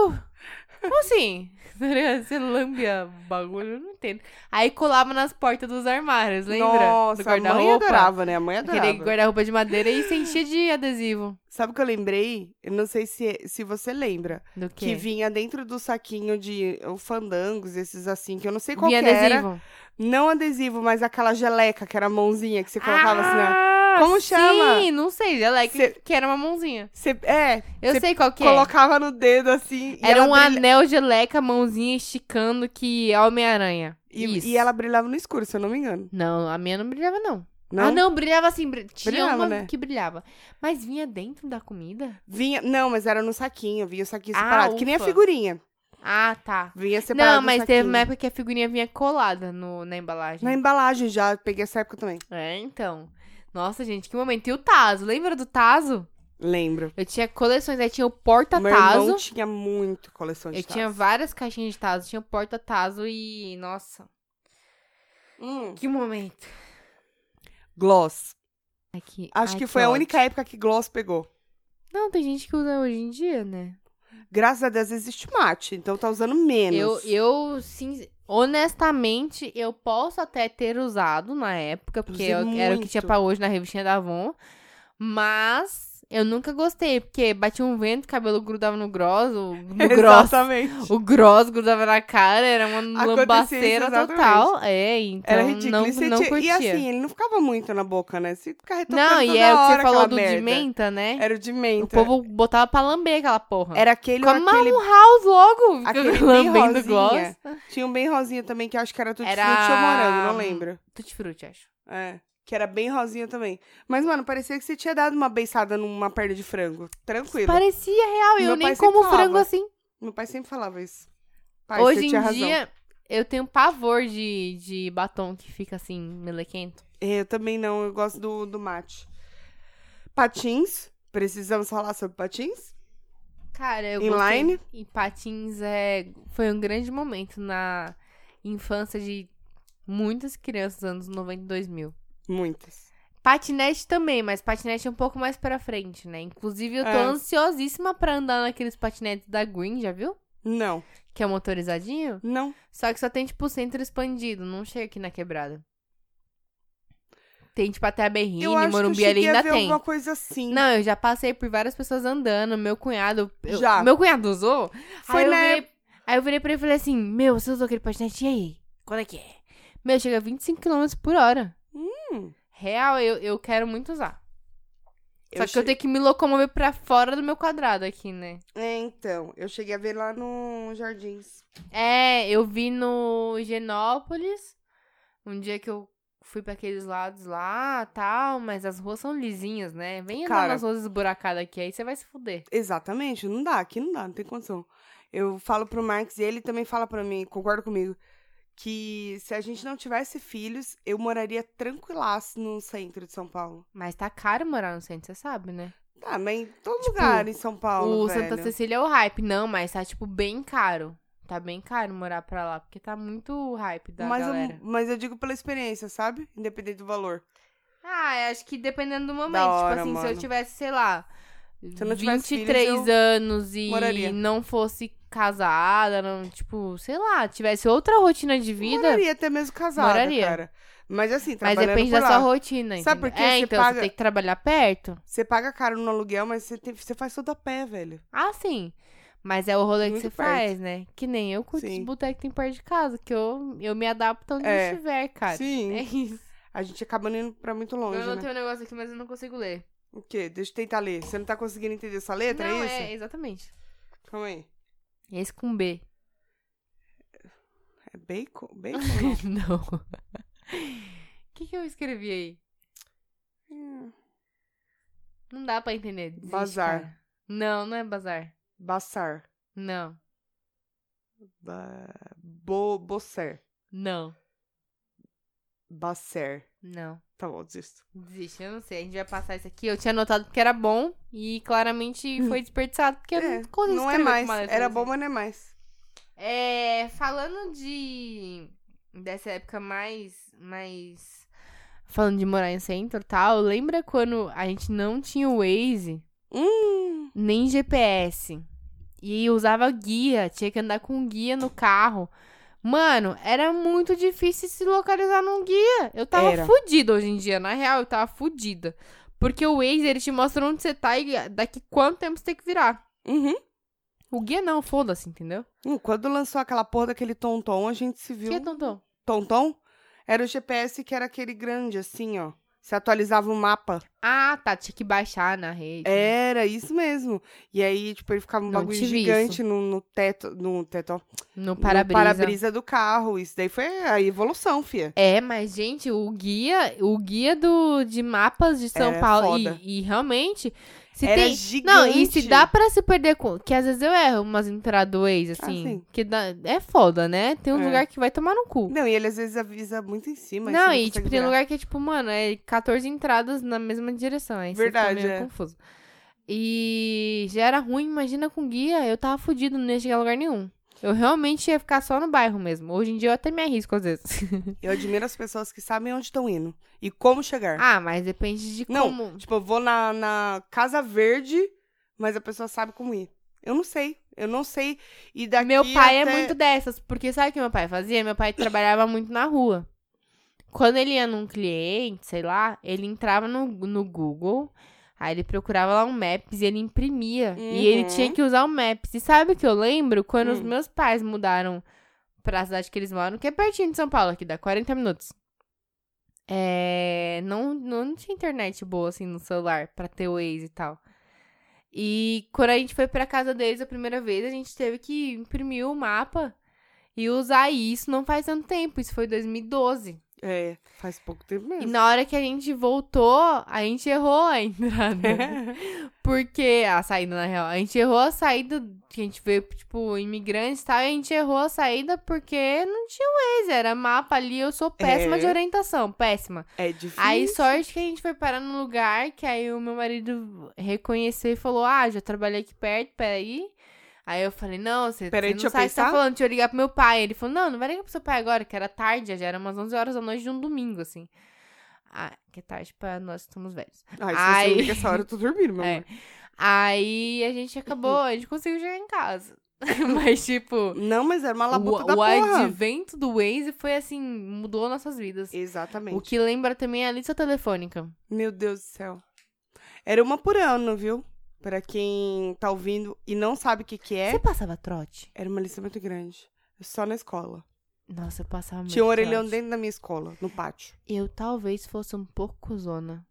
C: como assim? Tá ligado? Você lambia o bagulho, eu não entendo. Aí colava nas portas dos armários, lembra? Do
B: Nossa, a mãe
C: guarda-roupa.
B: adorava, né? A mãe adorava.
C: Aquele guarda-roupa de madeira e se enchia de adesivo.
B: Sabe o que eu lembrei? Eu não sei se, se você lembra.
C: Do
B: Que
C: que?
B: vinha dentro do saquinho de o fandangos, esses assim, que eu não sei qual
C: Vinha
B: que era.
C: adesivo.
B: Não adesivo, mas aquela geleca, que era a mãozinha que você colocava assim, né?
C: ah,
B: Como chama?
C: Sim, não sei. Geleca,
B: Cê-
C: que era uma mãozinha.
B: Você, é,
C: Eu
B: Cê
C: sei qual que
B: colocava no dedo assim. e
C: é. Era
B: ela
C: um
B: brilha-
C: anel geleca, mãozinha esticando que é Homem-Aranha.
B: e,
C: Isso.
B: e ela brilhava no escuro, se eu não me engano.
C: Não, a minha não brilhava, não.
B: Não?
C: Ah, não, brilhava assim. bri- Tinha
B: Brilhava,
C: uma
B: né?
C: que brilhava. Mas vinha dentro da comida?
B: Vinha, não, mas era no saquinho, vinha o saquinho
C: Ah,
B: separado, que nem a
C: ufa.
B: figurinha.
C: Ah, tá.
B: Vinha separado.
C: não,
B: no
C: mas teve
B: saquinho.
C: uma época que a figurinha vinha colada no, na embalagem.
B: Na embalagem já, peguei essa época também.
C: É, então. Nossa, gente, que momento. E o Tazo, lembra do Tazo?
B: Lembro.
C: Eu tinha coleções, aí tinha o
B: Meu irmão
C: porta-tazo.
B: tinha muito coleção de
C: Tá Eu tinha
B: tazo.
C: várias caixinhas de tazo, tinha o porta-tazo e. Nossa,
B: Hum.
C: que momento.
B: Gloss.
C: Ai, que-
B: Acho
C: ai,
B: que foi a
C: ódio.
B: única época que Gloss pegou.
C: Não, tem gente que usa hoje em dia, né?
B: Graças a Deus existe mate, então tá usando menos.
C: Eu, eu, sim, honestamente, eu posso até ter usado na época, porque
B: Usei
C: eu- era o que tinha
B: muito.
C: pra hoje na revistinha da Avon. Mas eu nunca gostei, porque batia um vento, o cabelo grudava no grosso, no grosso.
B: Exatamente.
C: O gross grudava na cara, era uma
B: Acontecia
C: lambaceira
B: isso exatamente.
C: total. É, então
B: Era ridículo.
C: não,
B: e, você
C: não
B: tinha-
C: curtia.
B: e assim, ele não ficava muito na boca, né? Se ficar retocando
C: não, e
B: toda
C: era o que
B: hora
C: você falou
B: aquela
C: do
B: merda.
C: de menta, né?
B: Era o de menta.
C: O povo botava pra lamber aquela porra.
B: Era aquele ou
C: Como
B: aquele...
C: um house logo,
B: aquele bem
C: lambendo
B: rosinha.
C: gloss.
B: Tinha um bem rosinha também, que eu acho que era tudo
C: Era-
B: frutti ou morango, não lembro.
C: Tutti frutti, acho.
B: É. Que era bem rosinha também. Mas, mano, parecia que você tinha dado uma beiçada numa perna de frango. Tranquilo.
C: Parecia real,
B: Meu
C: eu
B: pai
C: nem
B: sempre
C: como
B: falava.
C: frango assim.
B: Meu pai sempre falava isso. Pai,
C: Hoje
B: você
C: em
B: tinha razão.
C: dia, eu tenho pavor de, de batom que fica assim, melequento.
B: É, Eu também não, eu gosto do, do mate. Patins. Precisamos falar sobre patins?
C: Cara, eu
B: Inline?
C: gostei. E patins é... foi um grande momento na infância de muitas crianças dos anos 90 e 2000.
B: Muitas.
C: Patinete também, mas patinete é um pouco mais pra frente, né? Inclusive, eu tô
B: É.
C: ansiosíssima pra andar naqueles patinetes da Green, já viu?
B: Não,
C: Que é motorizadinho.
B: não.
C: Só que só tem, tipo, centro expandido. Não chega aqui na quebrada. Tem, tipo, até a Berrine,
B: eu acho
C: Morumbi
B: que eu
C: ali
B: cheguei a
C: ainda
B: ver
C: tem.
B: alguma coisa assim.
C: Não, eu já passei por várias pessoas andando. Meu cunhado. eu-
B: Já.
C: Meu cunhado usou?
B: Foi
C: aí eu
B: na
C: virei-
B: época-
C: Aí eu virei pra ele e falei assim: Meu, você usou aquele patinete? E aí? Qual é que é? Meu, chega a 25 km por hora.
B: Hum.
C: Real, eu, eu quero muito usar. Só que eu
B: che-
C: tenho que me locomover pra fora do meu quadrado aqui, né?
B: É, então, eu cheguei a ver lá no Jardins.
C: É, eu vi no Genópolis, um dia que eu fui pra aqueles lados lá tal, mas as ruas são lisinhas, né? Vem andar
B: Cara.
C: nas ruas esburacadas aqui, aí você vai se fuder.
B: Exatamente, não dá, aqui não dá, não tem condição. Eu falo pro Marx e ele também fala pra mim, concorda comigo, que se a gente não tivesse filhos, eu moraria tranquilaço no centro de São Paulo.
C: Mas tá caro morar no centro, você sabe, né?
B: Tá, mas em todo lugar em São Paulo,
C: Tipo, o
B: velho.
C: Santa Cecília é o hype. Não, mas tá, tipo, bem caro. Tá bem caro morar pra lá, porque tá muito o hype da
B: mas,
C: galera.
B: eu, mas eu digo pela experiência, sabe? Independente do valor.
C: Ah, eu acho que dependendo do momento.
B: hora,
C: tipo assim, se eu
B: mano.
C: tivesse, sei lá,
B: eu não tivesse
C: 23
B: filhos,
C: anos e
B: moraria.
C: não fosse casada, não, tipo, sei lá, tivesse outra rotina de vida.
B: Moraria até mesmo casada,
C: Moraria.
B: cara. Mas assim,
C: Mas
B: trabalhando
C: depende
B: por lá.
C: da sua rotina,
B: Sabe por
C: entendeu?
B: quê?
C: É,
B: Você
C: então
B: paga-
C: você tem que trabalhar perto.
B: Você paga caro no aluguel, mas você, tem- você faz tudo a pé, velho.
C: Ah, sim. Mas é o rolê que
B: Muito
C: você
B: perto.
C: faz, né? Que nem eu curto os
B: Sim.
C: botecos que tem perto de casa, que eu, eu me adapto onde
B: É.
C: eu estiver, cara.
B: Sim.
C: É isso.
B: A gente acaba não indo pra muito longe,
C: eu não
B: né?
C: tenho um negócio aqui, mas eu não consigo ler.
B: O quê? Deixa eu tentar ler. Você não tá conseguindo entender essa letra,
C: não,
B: é isso?
C: é, exatamente.
B: Calma aí.
C: Esse com B.
B: É bacon? Bacon? não?
C: É. não. O que, que eu escrevi aí?
B: Hum,
C: Não dá pra entender. desiste,
B: Bazar.
C: cara. Não, não é bazar.
B: Baçar.
C: Não.
B: Ba... Bo... Bocer.
C: Não.
B: Bacer.
C: Não.
B: Tá bom, desisto.
C: Desiste, eu não sei. A gente vai passar isso aqui. Eu tinha anotado porque era bom e claramente foi desperdiçado porque eu não consegui
B: não é
C: escrever com
B: mais.
C: uma letra assim.
B: Era
C: dessa.
B: bom, mas não é mais.
C: É, falando de dessa época mais mais falando de morar em centro, e tal, lembra quando a gente não tinha o Waze
B: Hum,
C: nem GPS e usava guia, tinha que andar com guia no carro. Mano, era muito difícil se localizar num guia. Eu tava
B: Era.
C: fudida hoje em dia, na real, eu tava fudida. Porque o Waze, ele te mostra onde você tá e daqui quanto tempo você tem que virar.
B: uhum.
C: O guia não, foda-se, entendeu?
B: Hum, Quando lançou aquela porra daquele tom-tom, a gente se viu.
C: Que é tontão.
B: Tom-tom? Era o GPS que era aquele grande, assim, ó. Se atualizava o mapa.
C: Ah, tá, tinha que baixar na rede.
B: Era isso mesmo. E aí, tipo, ele ficava um
C: Não
B: bagulho
C: tive
B: gigante no, no teto. No teto, ó.
C: No
B: No
C: para-brisa.
B: para-brisa do carro. Isso daí foi a evolução, fia.
C: É, mas, gente, o guia, o guia do, de mapas de São
B: É,
C: Paulo. e-
B: foda.
C: E, realmente. Se
B: Era
C: tem.
B: gigante.
C: Não, e se dá pra se perder com. Que às vezes eu erro umas entradas do ex, assim.
B: Ah, sim.
C: Que dá- é foda, né? Tem um
B: É.
C: lugar que vai tomar no cu.
B: Não, e ele às vezes avisa muito em cima.
C: não,
B: você
C: e
B: consegue
C: tipo, tem
B: virar.
C: lugar que é tipo, mano, é 14 entradas na mesma direção. Aí você
B: Verdade,
C: fica meio
B: é.
C: confuso. E já era ruim, imagina com guia, eu tava fudido, não ia chegar a lugar nenhum. Eu realmente ia ficar só no bairro mesmo. Hoje em dia eu até me arrisco às vezes.
B: Eu admiro as pessoas que sabem onde estão indo e como chegar.
C: ah, mas depende de
B: Não.
C: como.
B: Tipo, eu vou na, na Casa Verde, mas a pessoa sabe como ir. Eu não sei. Eu não sei. E daqui
C: Meu pai
B: até-
C: é muito dessas, porque sabe o que meu pai fazia? Meu pai trabalhava muito na rua. Quando ele ia num cliente, sei lá, ele entrava no, no Google, aí ele procurava lá um Maps e ele imprimia. E ele
B: Uhum.
C: tinha que usar o Maps. E sabe o que eu lembro? Quando os
B: Hum.
C: meus pais mudaram pra cidade que eles moram, que é pertinho de São Paulo, aqui dá 40 minutos. É, não, não tinha internet boa assim no celular pra ter o Waze e tal. E quando a gente foi pra casa deles a primeira vez, a gente teve que imprimir o mapa e usar isso não faz tanto tempo. Isso foi 2012.
B: É, faz pouco tempo
C: E
B: mesmo.
C: na hora que a gente voltou, a gente errou a entrada. Porque ah, a saída, na real. A gente errou a saída, que a gente veio, tipo, imigrantes e tal, e a gente errou a saída porque não tinha o Waze, era mapa ali, eu sou
B: É.
C: péssima de orientação, péssima.
B: É difícil.
C: Aí, sorte que a gente foi parar num lugar que aí o meu marido reconheceu e falou: Ah, já trabalhei aqui perto, peraí. Aí eu falei, não, você,
B: Peraí,
C: você
B: deixa
C: não
B: eu
C: sabe o que tá
B: pensar.
C: falando, deixa eu ligar pro meu pai. Ele falou, não, não vai ligar pro seu pai agora, que era tarde, já era umas 11 horas da noite de um domingo, assim. Ah, que é tarde pra nós que estamos velhos.
B: Ai, se
C: Ai.
B: você me liga essa hora, eu tô dormindo, meu
C: É.
B: amor.
C: Aí a gente acabou, a gente conseguiu chegar em casa. Mas, tipo,
B: Não, mas era uma labuta
C: o,
B: da
C: o
B: porra.
C: advento do Waze foi assim, mudou nossas vidas.
B: Exatamente.
C: O que lembra também é a lista telefônica.
B: Meu Deus do céu. Era uma por ano, viu? Pra quem tá ouvindo e não sabe o que que é,
C: Você passava trote?
B: era uma lista muito grande. Só na escola.
C: Nossa, eu passava muito
B: Tinha um orelhão
C: trote.
B: dentro da minha escola, no pátio.
C: Eu talvez fosse um pouco zona.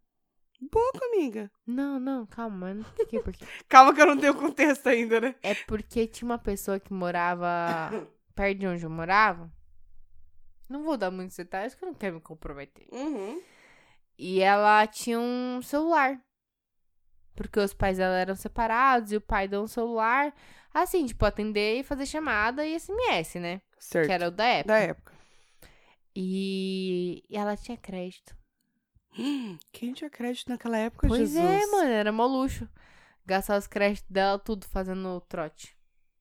B: Pouco, amiga. Não,
C: Não, não, calma, eu não expliquei por quê.
B: Calma que eu não tenho contexto ainda, né?
C: É porque tinha uma pessoa que morava perto de onde eu morava. Não vou dar muitos detalhes, porque eu não quero me comprometer.
B: Uhum.
C: E ela tinha um celular. Porque os pais dela eram separados e o pai deu um celular. Assim, tipo, atender e fazer chamada e SMS, né?
B: Certo.
C: Que era o da época.
B: Da época.
C: E... e ela tinha crédito.
B: Quem tinha crédito naquela época,
C: pois
B: Jesus?
C: é, mano, era mó luxo. Gastar os créditos dela tudo fazendo trote.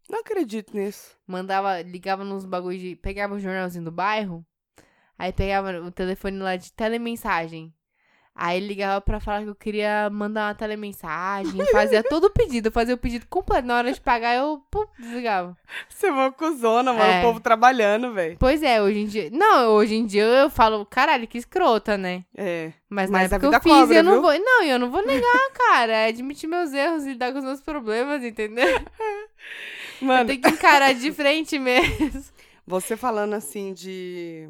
B: Não acredito nisso.
C: mandava, ligava nos bagulhos de. Pegava o jornalzinho do bairro, aí pegava o telefone lá de telemensagem. Aí ligava pra falar que eu queria mandar uma telemensagem, fazia todo o pedido, fazia o pedido completo. Na hora de pagar, eu pum, desligava.
B: Você é uma cuzona, mano.
C: É.
B: O povo trabalhando, velho.
C: Pois é, hoje em dia. Não, hoje em dia eu falo, caralho, que escrota, né?
B: É.
C: Mas na
B: Mas a
C: época eu
B: vida
C: fiz
B: cobra,
C: e eu não
B: viu?
C: vou. Não, e eu não vou negar, cara. É admitir meus erros, lidar com os meus problemas, entendeu?
B: Mano,
C: Tem que encarar de frente mesmo.
B: Você falando assim de.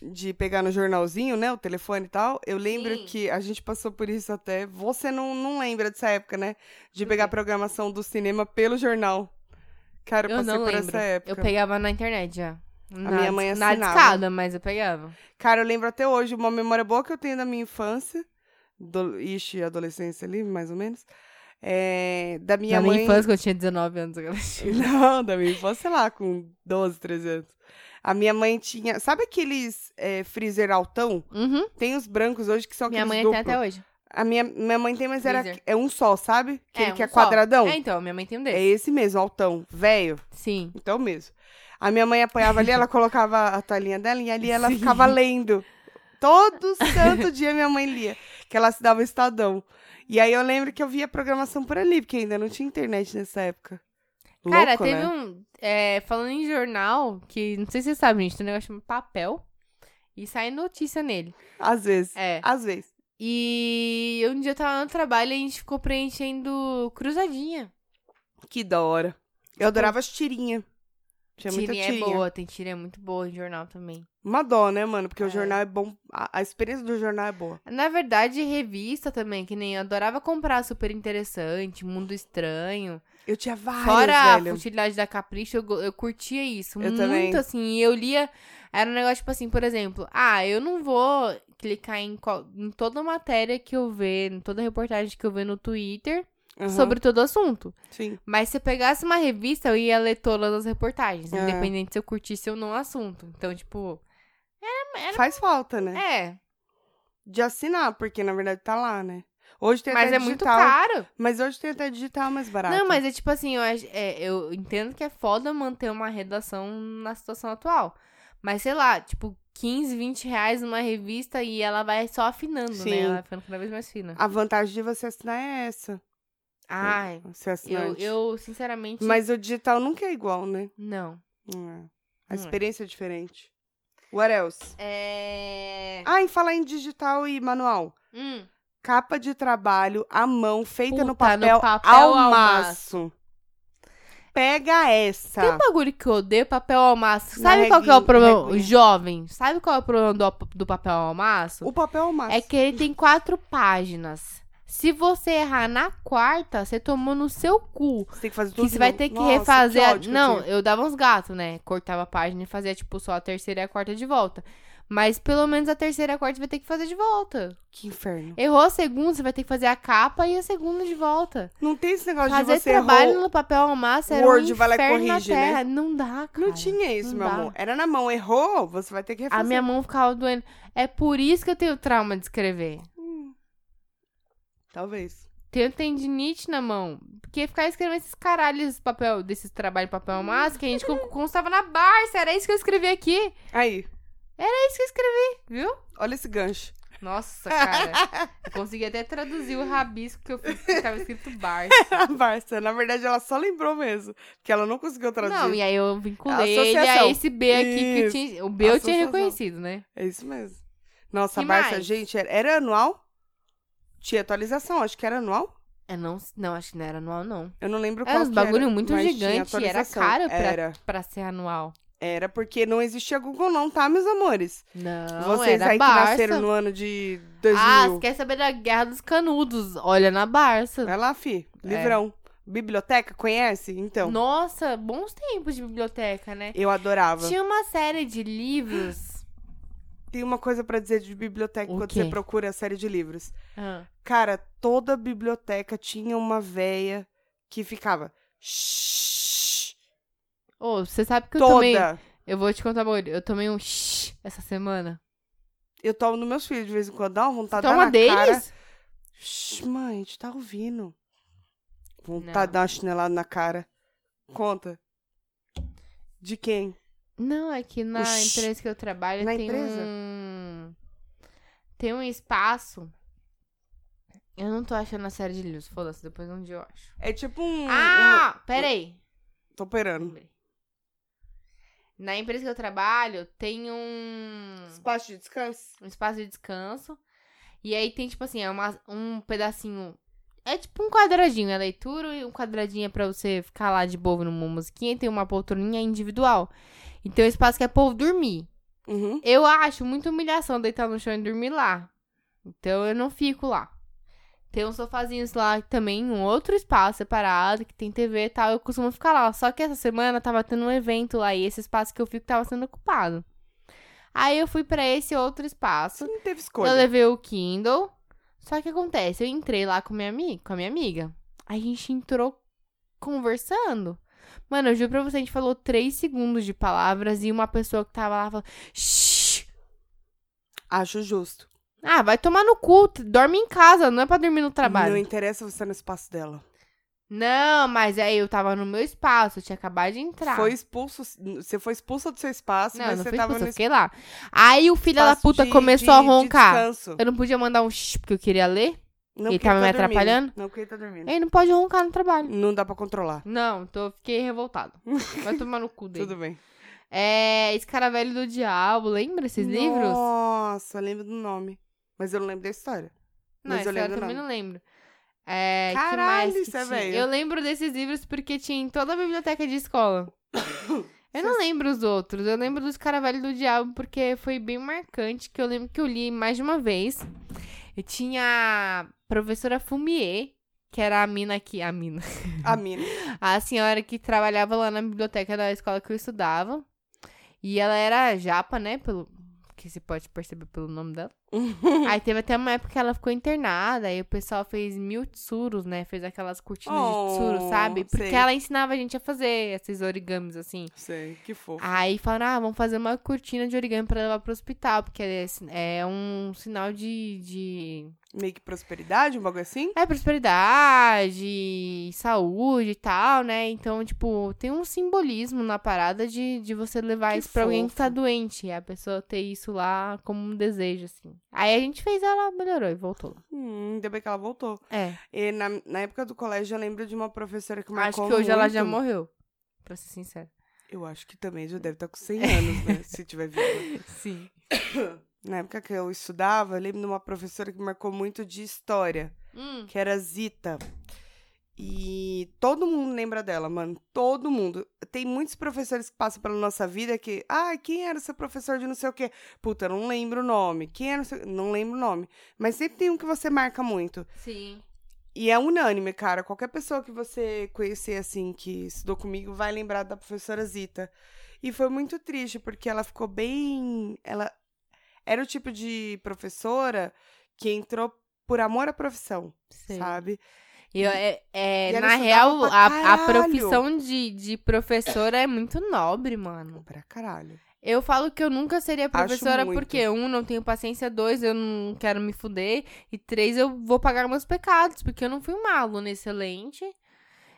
B: De pegar no jornalzinho, né? O telefone e tal. Eu lembro
C: Sim.
B: que a gente passou por isso até. Você não, não lembra dessa época, né? De
C: Por
B: pegar a
C: quê?
B: programação do cinema pelo jornal. Cara, eu,
C: Eu
B: passei
C: não
B: por
C: lembro.
B: essa época.
C: Eu pegava na internet já. Na,
B: minha mãe
C: dis- na
B: assinava.
C: discada, mas eu pegava.
B: Cara, eu lembro até hoje uma memória boa que eu tenho da minha infância. Do... Ixi, adolescência ali, mais ou menos. É, da minha
C: na
B: mãe.
C: minha infância, quando eu tinha 19 anos, eu tinha.
B: Não, da minha infância, sei lá, com 12, 13 anos. A minha mãe tinha. Sabe aqueles é, freezer altão?
C: Uhum.
B: Tem os brancos hoje que são
C: Minha
B: aqueles
C: mãe
B: duplo.
C: tem até hoje.
B: A minha, minha mãe tem, mas era,
C: Freezer.
B: é um só, sabe? Aquele que
C: um
B: é
C: só.
B: quadradão.
C: É,
B: É,
C: então, minha mãe tem um desse.
B: esse mesmo, altão, velho.
C: Sim.
B: Então mesmo. A minha mãe apanhava ali, ela colocava a toalhinha dela e ali ela
C: Sim.
B: ficava lendo. Todo santo dia minha mãe lia, que ela se dava um estadão. E aí eu lembro que eu via programação por ali, porque ainda não tinha internet nessa época. Louco,
C: Cara, teve
B: né?
C: um. é, falando em jornal, que não sei se vocês sabem, gente, tem um negócio chamado papel. E sai notícia nele.
B: Às vezes.
C: É.
B: Às vezes.
C: E um dia eu tava no trabalho e a gente ficou preenchendo cruzadinha.
B: Que da hora. Eu adorava as tirinhas. Tinha muita
C: Tipo, tirinha é
B: tirinha.
C: boa, tem tirinha muito boa em jornal também.
B: Uma dó, né, mano? Porque
C: É.
B: o jornal é bom. A, a experiência do jornal é boa.
C: Na verdade, revista também, que nem eu adorava comprar super interessante, Mundo Estranho.
B: Eu tinha várias,
C: Fora a
B: velho.
C: futilidade da Capricho, eu, go- eu curtia isso.
B: Eu
C: muito
B: também.
C: assim. E eu lia. Era um negócio, tipo assim, por exemplo, ah, eu não vou clicar em, qual- em toda matéria que eu ver, em toda reportagem que eu ver no Twitter
B: Aham,
C: sobre todo assunto.
B: Sim.
C: Mas se eu pegasse uma revista, eu ia ler todas as reportagens,
B: É.
C: independente se eu curtisse ou não o assunto. Então, tipo,
B: Faz falta, né?
C: é.
B: De assinar, porque na verdade tá lá, né? Hoje tem
C: Mas
B: até
C: é
B: digital.
C: muito caro.
B: Mas hoje tem até digital mais barato.
C: Não, mas é tipo assim, eu, ach- é, eu entendo que é foda manter uma redação na situação atual. Mas sei lá, tipo, 15, 20 reais numa revista e ela vai só afinando, né?
B: Sim.
C: Ela vai ficando cada vez mais fina.
B: A vantagem de você assinar é essa.
C: Ai,
B: Ser
C: eu,
B: assinante.
C: eu sinceramente.
B: Mas o digital nunca é igual, né?
C: Não.
B: Não é. A
C: Não é.
B: experiência é diferente. What else?
C: É.
B: Ah, em falar em digital e manual.
C: Hum,
B: Capa de trabalho à mão, feita
C: Puta,
B: no
C: no
B: papel,
C: papel
B: ao
C: ao
B: maço. Pega essa.
C: Tem um bagulho que eu odeio papel ao maço.
B: Na
C: Sabe qual que é o
B: regrinha,
C: problema?
B: regrinha.
C: Jovem, sabe qual é o problema do, do papel ao maço?
B: O papel ao maço.
C: É que ele tem quatro páginas. Se você errar na quarta, você tomou no seu cu.
B: Você tem que fazer tudo
C: Que
B: de
C: você vai
B: novo.
C: ter que
B: Nossa,
C: refazer. a-
B: ódio que eu
C: Não,
B: tive.
C: eu dava uns gatos, né? Cortava a página e fazia, tipo, só a terceira e a quarta de volta. Mas pelo menos a terceira e a quarta você vai ter que fazer de volta.
B: Que inferno.
C: Errou a segunda, você vai ter que fazer a capa e a segunda de volta.
B: Não tem esse negócio
C: fazer
B: de você
C: trabalho
B: errou.
C: no papel ao massa era
B: Word,
C: um
B: vai lá e
C: inferno
B: corrige,
C: na
B: né?
C: terra. Não dá, cara.
B: Não tinha isso,
C: não
B: meu
C: dá.
B: amor. Era na mão. Errou, você vai ter que refazer.
C: A minha mão ficava doendo. É por isso que eu tenho trauma de escrever.
B: Talvez.
C: Tenho tendinite na mão. Porque ficar escrevendo esses caralhos de papel, desses trabalhos de papel ao massa que a gente con- constava na Barça. Era isso que eu escrevi aqui. É
B: Aí,
C: isso que eu escrevi, viu?
B: olha esse gancho.
C: Nossa, cara. eu consegui até traduzir o rabisco que eu fiz que tava escrito Barça.
B: A Barça, na verdade, ela só lembrou mesmo. Porque ela não conseguiu traduzir.
C: Não, e aí eu vinculei ele a
B: Associação.
C: esse B aqui que eu
B: Isso.
C: tinha. O B eu tinha
B: Associação.
C: reconhecido, né?
B: É isso mesmo. Nossa,
C: Que
B: a Barça,
C: mais?
B: gente, era, era anual? Tinha atualização, acho que era anual.
C: É, não, não, acho que não era anual, não.
B: Eu não lembro
C: Era
B: qual
C: uns
B: que era,
C: É, bagulho muito
B: mas tinha
C: gigante, era
B: atualização.
C: caro pra,
B: Era,
C: pra ser anual.
B: era porque não existia Google não, tá, meus amores?
C: Não,
B: Vocês
C: era
B: aí que
C: Barça.
B: nasceram no ano de
C: Ah, você
B: 2000.
C: quer saber da Guerra dos Canudos? Olha na Barça.
B: Vai lá, fi,
C: É.
B: livrão. Biblioteca, conhece? Então,
C: Nossa, bons tempos de biblioteca, né?
B: eu adorava.
C: Tinha uma série de livros.
B: Tem uma coisa pra dizer de biblioteca
C: O
B: quando
C: quê?
B: você procura a série de livros.
C: Ah,
B: Cara, toda biblioteca tinha uma véia que ficava. "Shhh",
C: Ô, você sabe que eu
B: toda.
C: tomei. Eu vou te contar, amor. Eu tomei um shh essa semana.
B: Eu tomo nos meus filhos de vez em quando, dá uma vontade de dar
C: Toma
B: na
C: deles?
B: Tá cara. Shhh, mãe, te tá ouvindo. Vontade
C: Não.
B: de dar uma chinelada na cara. Conta. De quem?
C: Não, é que na
B: Oxi.
C: empresa que eu trabalho
B: Na
C: tem
B: empresa?
C: um. Tem um espaço. Eu não tô achando a série de livros. Foda-se, depois um dia eu acho.
B: É tipo um.
C: ah! Peraí.
B: um- Tô operando.
C: Lembrei. Na empresa que eu trabalho tem um.
B: Espaço de descanso?
C: um espaço de descanso. E aí tem, tipo assim, é uma, um pedacinho. É tipo um quadradinho, é leitura e um quadradinho é pra você ficar lá de bobo numa musiquinha. E tem uma poltroninha individual. Então, o espaço que é povo dormir.
B: Uhum.
C: Eu acho muita humilhação deitar no chão e dormir lá. Então, eu não fico lá. Tem uns sofazinhos lá também, um outro espaço separado, que tem TV e tal. Eu costumo ficar lá. Só que essa semana tava tendo um evento lá e esse espaço que eu fico tava sendo ocupado. Aí eu fui pra esse outro espaço.
B: Você não teve
C: Eu
B: escolha.
C: levei o Kindle. Só que acontece, eu entrei lá com minha amiga, com a minha amiga. A gente entrou conversando. Mano, eu juro pra você, a gente falou três segundos de palavras e uma pessoa que tava lá falou. "Shh!
B: Acho justo.
C: Ah, vai tomar no cu, t- dorme em casa, não é pra dormir no trabalho.
B: Não interessa você no espaço dela.
C: Não, mas aí eu tava no meu espaço, eu tinha acabado de entrar.
B: Foi expulso. Você foi expulsa do seu espaço,
C: não,
B: mas
C: não
B: você
C: foi
B: tava
C: expulsa,
B: no
C: eu fiquei lá. Aí o filho da
B: espaço
C: puta
B: de-
C: começou
B: de-
C: a roncar.
B: De descanso.
C: eu não podia mandar um shh porque eu queria ler.
B: Não
C: Ele
B: porque
C: tava me
B: dormindo.
C: atrapalhando?
B: Não, porque ele tá dormindo.
C: Ele não pode roncar no trabalho.
B: Não dá pra controlar.
C: Não, tô, fiquei revoltado. Vai tomar no cu dele.
B: Tudo bem.
C: É, Escaravelho do Diabo, lembra esses livros?
B: Nossa, eu lembro do nome. Mas eu não lembro da história.
C: Não,
B: mas eu
C: esse eu
B: lembro
C: também
B: não.
C: não lembro. É, que
B: Caralho,
C: mais que
B: isso é
C: tinha?
B: velho.
C: Eu lembro desses livros porque tinha em toda a biblioteca de escola. Eu não lembro os outros, eu lembro do Escaravelho do Diabo porque foi bem marcante, que eu lembro que eu li mais de uma vez. Eu tinha a professora Fumier, que era a mina que... A mina.
B: A mina.
C: a senhora que trabalhava lá na biblioteca da escola que eu estudava. E ela era japa, né? Pelo que se pode perceber pelo nome dela. aí teve até uma época que ela ficou internada, aí o pessoal fez mil tsuros, né? Fez aquelas cortinas
B: Oh,
C: de tsuru, sabe? Porque
B: sei.
C: ela ensinava a gente a fazer esses origamis assim.
B: Sei, que fofo.
C: Aí falaram, ah, vamos fazer uma cortina de origami pra levar pro hospital, porque é, sin- é um sinal de- de
B: Meio que prosperidade, um bagulho assim?
C: é, prosperidade, saúde e tal, né? Então, tipo, tem um simbolismo na parada de, de você levar
B: Que
C: isso pra alguém que tá
B: fofo.
C: doente. E a pessoa ter isso lá como um desejo, assim. Aí a gente fez, ela melhorou e voltou.
B: Hum, ainda bem que ela voltou.
C: É.
B: E na, na época do colégio, eu lembro de uma professora que
C: Acho que
B: marcou
C: hoje ela já
B: muito.
C: morreu. Pra ser sincera.
B: Eu acho que também já deve estar com 100 anos, né? se tiver viva.
C: Sim.
B: Na época que eu estudava, eu lembro de uma professora que marcou muito de história.
C: Hum.
B: que era Zita. E todo mundo lembra dela, mano. Todo mundo. Tem muitos professores que passam pela nossa vida que. Ai, ah, quem era seu professor de não sei o quê? Puta, eu não lembro o nome. Quem era o seu... Não lembro o nome. Mas sempre tem um que você marca muito.
C: Sim.
B: E é unânime, cara. Qualquer pessoa que você conhecer, assim, que estudou comigo, vai lembrar da professora Zita. E foi muito triste, porque ela ficou bem. Ela era o tipo de professora que entrou por amor à profissão,
C: Sim.
B: sabe?
C: Eu, é, é,
B: E ela
C: na
B: estudava
C: real,
B: pra
C: a, a
B: caralho.
C: profissão de, de professora é muito nobre, mano.
B: Pra caralho.
C: Eu falo que eu nunca seria professora
B: muito.
C: porque, um, não tenho paciência, dois, eu não quero me fuder, e três, eu vou pagar meus pecados, porque eu não fui uma aluna excelente.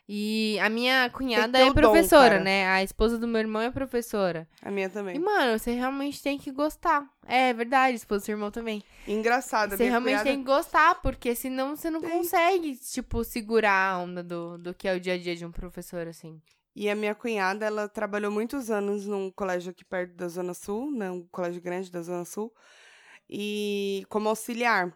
C: E a minha cunhada
B: ter
C: é
B: o dom,
C: professora,
B: cara.
C: né? A esposa do meu irmão é professora.
B: A minha
C: E,
B: também.
C: mano, você realmente tem que gostar. É, é verdade, esposa do seu irmão também.
B: Engraçado,
C: Você
B: minha
C: realmente
B: cunhada-
C: tem que gostar, porque senão você não
B: Tem.
C: consegue, tipo, segurar a onda do, do que é o dia a dia de um professor, assim.
B: E a minha cunhada, ela trabalhou muitos anos num colégio aqui perto da Zona Sul, né? Um colégio grande da Zona Sul, e como auxiliar.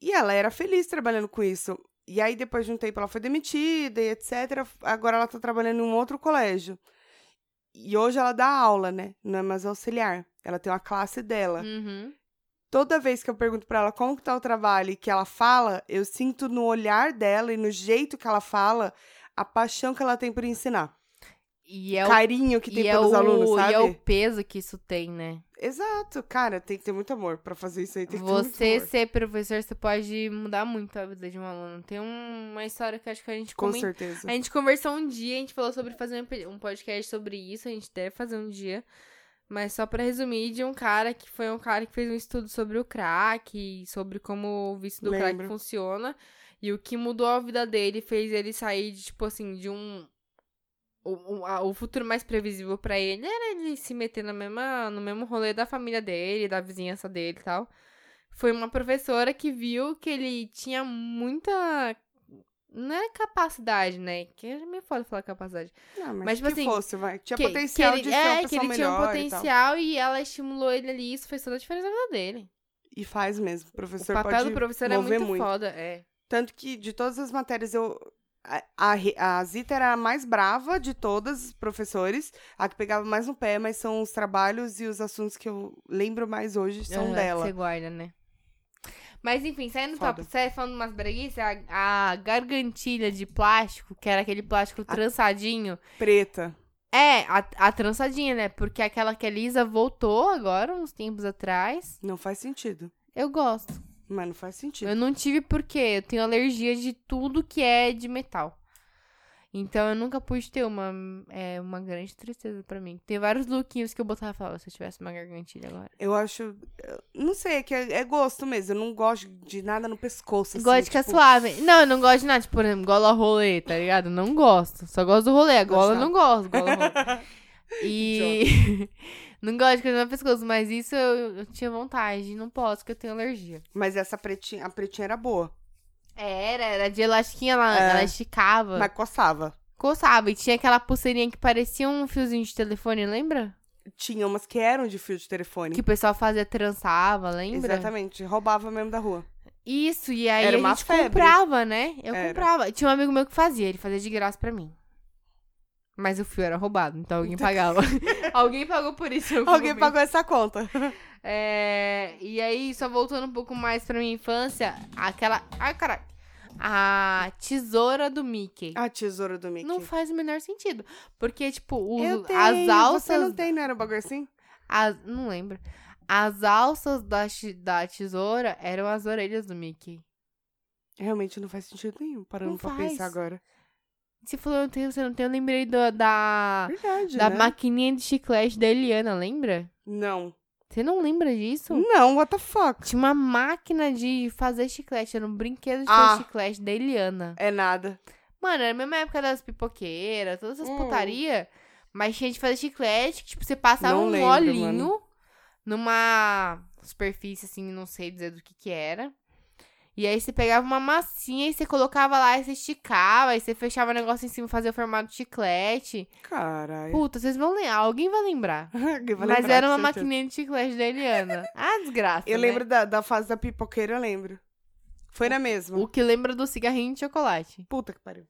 B: E ela era feliz trabalhando com isso. E aí, depois de um tempo, ela foi demitida e etc. Agora ela tá trabalhando em um outro colégio. E hoje ela dá aula, né? Não é mais auxiliar. Ela tem uma classe dela.
C: Uhum.
B: Toda vez que eu pergunto pra ela como que tá o trabalho e que ela fala, eu sinto no olhar dela e no jeito que ela fala a paixão que ela tem por ensinar.
C: E é o,
B: Carinho que tem
C: e é
B: pelos
C: o-
B: alunos,
C: e
B: sabe?
C: é o peso que isso tem, né?
B: Exato, cara, tem que ter muito amor pra fazer isso aí, tem que ter
C: Você
B: muito amor.
C: ser professor, você pode mudar muito a vida de um aluno. Tem um- uma história que eu acho que a gente
B: Com
C: comentou.
B: certeza.
C: A gente conversou um dia, a gente falou sobre fazer um pe- um podcast sobre isso, a gente deve fazer um dia. Mas só pra resumir, de um cara que foi um cara que fez um estudo sobre o crack, e sobre como o vício do crack
B: Lembro.
C: funciona. E o que mudou a vida dele fez ele sair de, tipo assim, de um. O, o- a- o futuro mais previsível pra ele era ele se meter na mesma, no mesmo rolê da família dele, da vizinhança dele e tal. Foi uma professora que viu que ele tinha muita. Não é capacidade, né? Que é meio foda falar capacidade.
B: Não,
C: mas,
B: Ah, mas,
C: tipo
B: que
C: assim,
B: fosse, vai. Tinha
C: que- que
B: potencial
C: ele-
B: de ser
C: é,
B: uma pessoa
C: que ele tinha
B: melhal
C: um
B: e tal.
C: potencial e, ela estimulou ele ali. Isso fez toda a diferença na vida dele.
B: E faz mesmo. O
C: O
B: professor
C: papel
B: pode
C: do professor é
B: mover
C: muito, foda. É.
B: Tanto que de todas as matérias eu. a- A, Re- a Zita era a mais brava de todas os professores, a que pegava mais no pé, mas são os trabalhos e os assuntos que eu lembro mais hoje são
C: Aham, que
B: dela.
C: Você guarda, né? Mas enfim, saindo do
B: Foda.
C: top 7, falando umas breguices, a, a gargantilha de plástico, que era aquele plástico trançadinho.
B: Preta.
C: É, a, a trançadinha, né? Porque aquela que a Lisa voltou agora, uns tempos atrás.
B: Não faz sentido.
C: Eu gosto.
B: Mas não faz sentido.
C: Eu não tive porque eu tenho alergia de tudo que é de metal. Então eu nunca pude ter uma, é, uma grande tristeza pra mim. Tem vários lookinhos que eu botava e falava, se eu tivesse uma gargantilha agora.
B: Eu acho. eu Não sei, é que é, é gosto mesmo. Eu não gosto de nada no pescoço.
C: gosto de
B: assim,
C: ficar
B: tipo,
C: suave. Não, eu não gosto de nada. Tipo, por exemplo, gola rolê, tá ligado? Não gosto. Só gosto do rolê. A gola eu
B: Gosto
C: não gosto. Gola rolê. E. não gosto de coisa no pescoço, mas isso eu, eu tinha vontade. Não posso, porque eu tenho alergia.
B: Mas essa pretinha, a pretinha era boa.
C: É, Era, era de elastiquinha, ela,
B: É.
C: ela esticava.
B: Mas coçava.
C: Coçava. E tinha aquela pulseirinha que parecia um fiozinho de telefone, lembra?
B: Tinha umas que eram de fio de telefone.
C: Que o pessoal fazia, trançava, lembra?
B: Exatamente. Roubava mesmo da rua.
C: Isso, e aí
B: Era
C: a
B: uma
C: gente
B: febre.
C: comprava, né? Eu
B: Era.
C: comprava. Tinha um amigo meu que fazia, ele fazia de graça pra mim. Mas o fio era roubado, então alguém pagava. alguém pagou por isso. em algum
B: Alguém
C: momento.
B: pagou essa conta.
C: É, e aí, só voltando um pouco mais pra minha infância, aquela. Ai, caralho. A tesoura do Mickey.
B: A tesoura do Ah, Mickey.
C: Não faz o menor sentido. Porque, tipo, o-
B: Eu
C: as
B: tenho,
C: alças
B: Você não tem, não era um bagulho assim?
C: As- não lembro. As alças da, chi- da tesoura eram as orelhas do Mickey.
B: Realmente não faz sentido nenhum, parando
C: Não
B: pra
C: faz.
B: pensar agora.
C: Você falou, eu tenho, você não tem, eu lembrei do- da,
B: Verdade,
C: Ah, da
B: né?
C: maquininha de chiclete da Eliana, lembra?
B: Não.
C: Você não lembra disso?
B: Não, what the fuck?
C: Tinha uma máquina de fazer chiclete, era um brinquedo de
B: Ah.
C: fazer chiclete da Eliana.
B: É nada.
C: Mano, era a mesma época das pipoqueiras, todas essas
B: Hum.
C: putaria. Mas tinha de fazer chiclete, que, tipo, você passava
B: Não
C: um
B: lembro,
C: olhinho
B: mano.
C: numa superfície, assim, não sei dizer do que que era. E aí você pegava uma massinha e você colocava lá, e você esticava, aí você fechava o negócio em cima, fazia o formato de chiclete.
B: Caralho.
C: Puta, vocês vão lembrar, alguém vai lembrar.
B: Alguém vai
C: Mas
B: É. lembrar,
C: era
B: com
C: uma
B: certeza.
C: maquininha de chiclete da Eliana. ah, desgraça,
B: Eu
C: né?
B: lembro da, da fase da pipoqueira, eu lembro. Foi na mesma.
C: O que lembra do cigarrinho de chocolate.
B: Puta que pariu.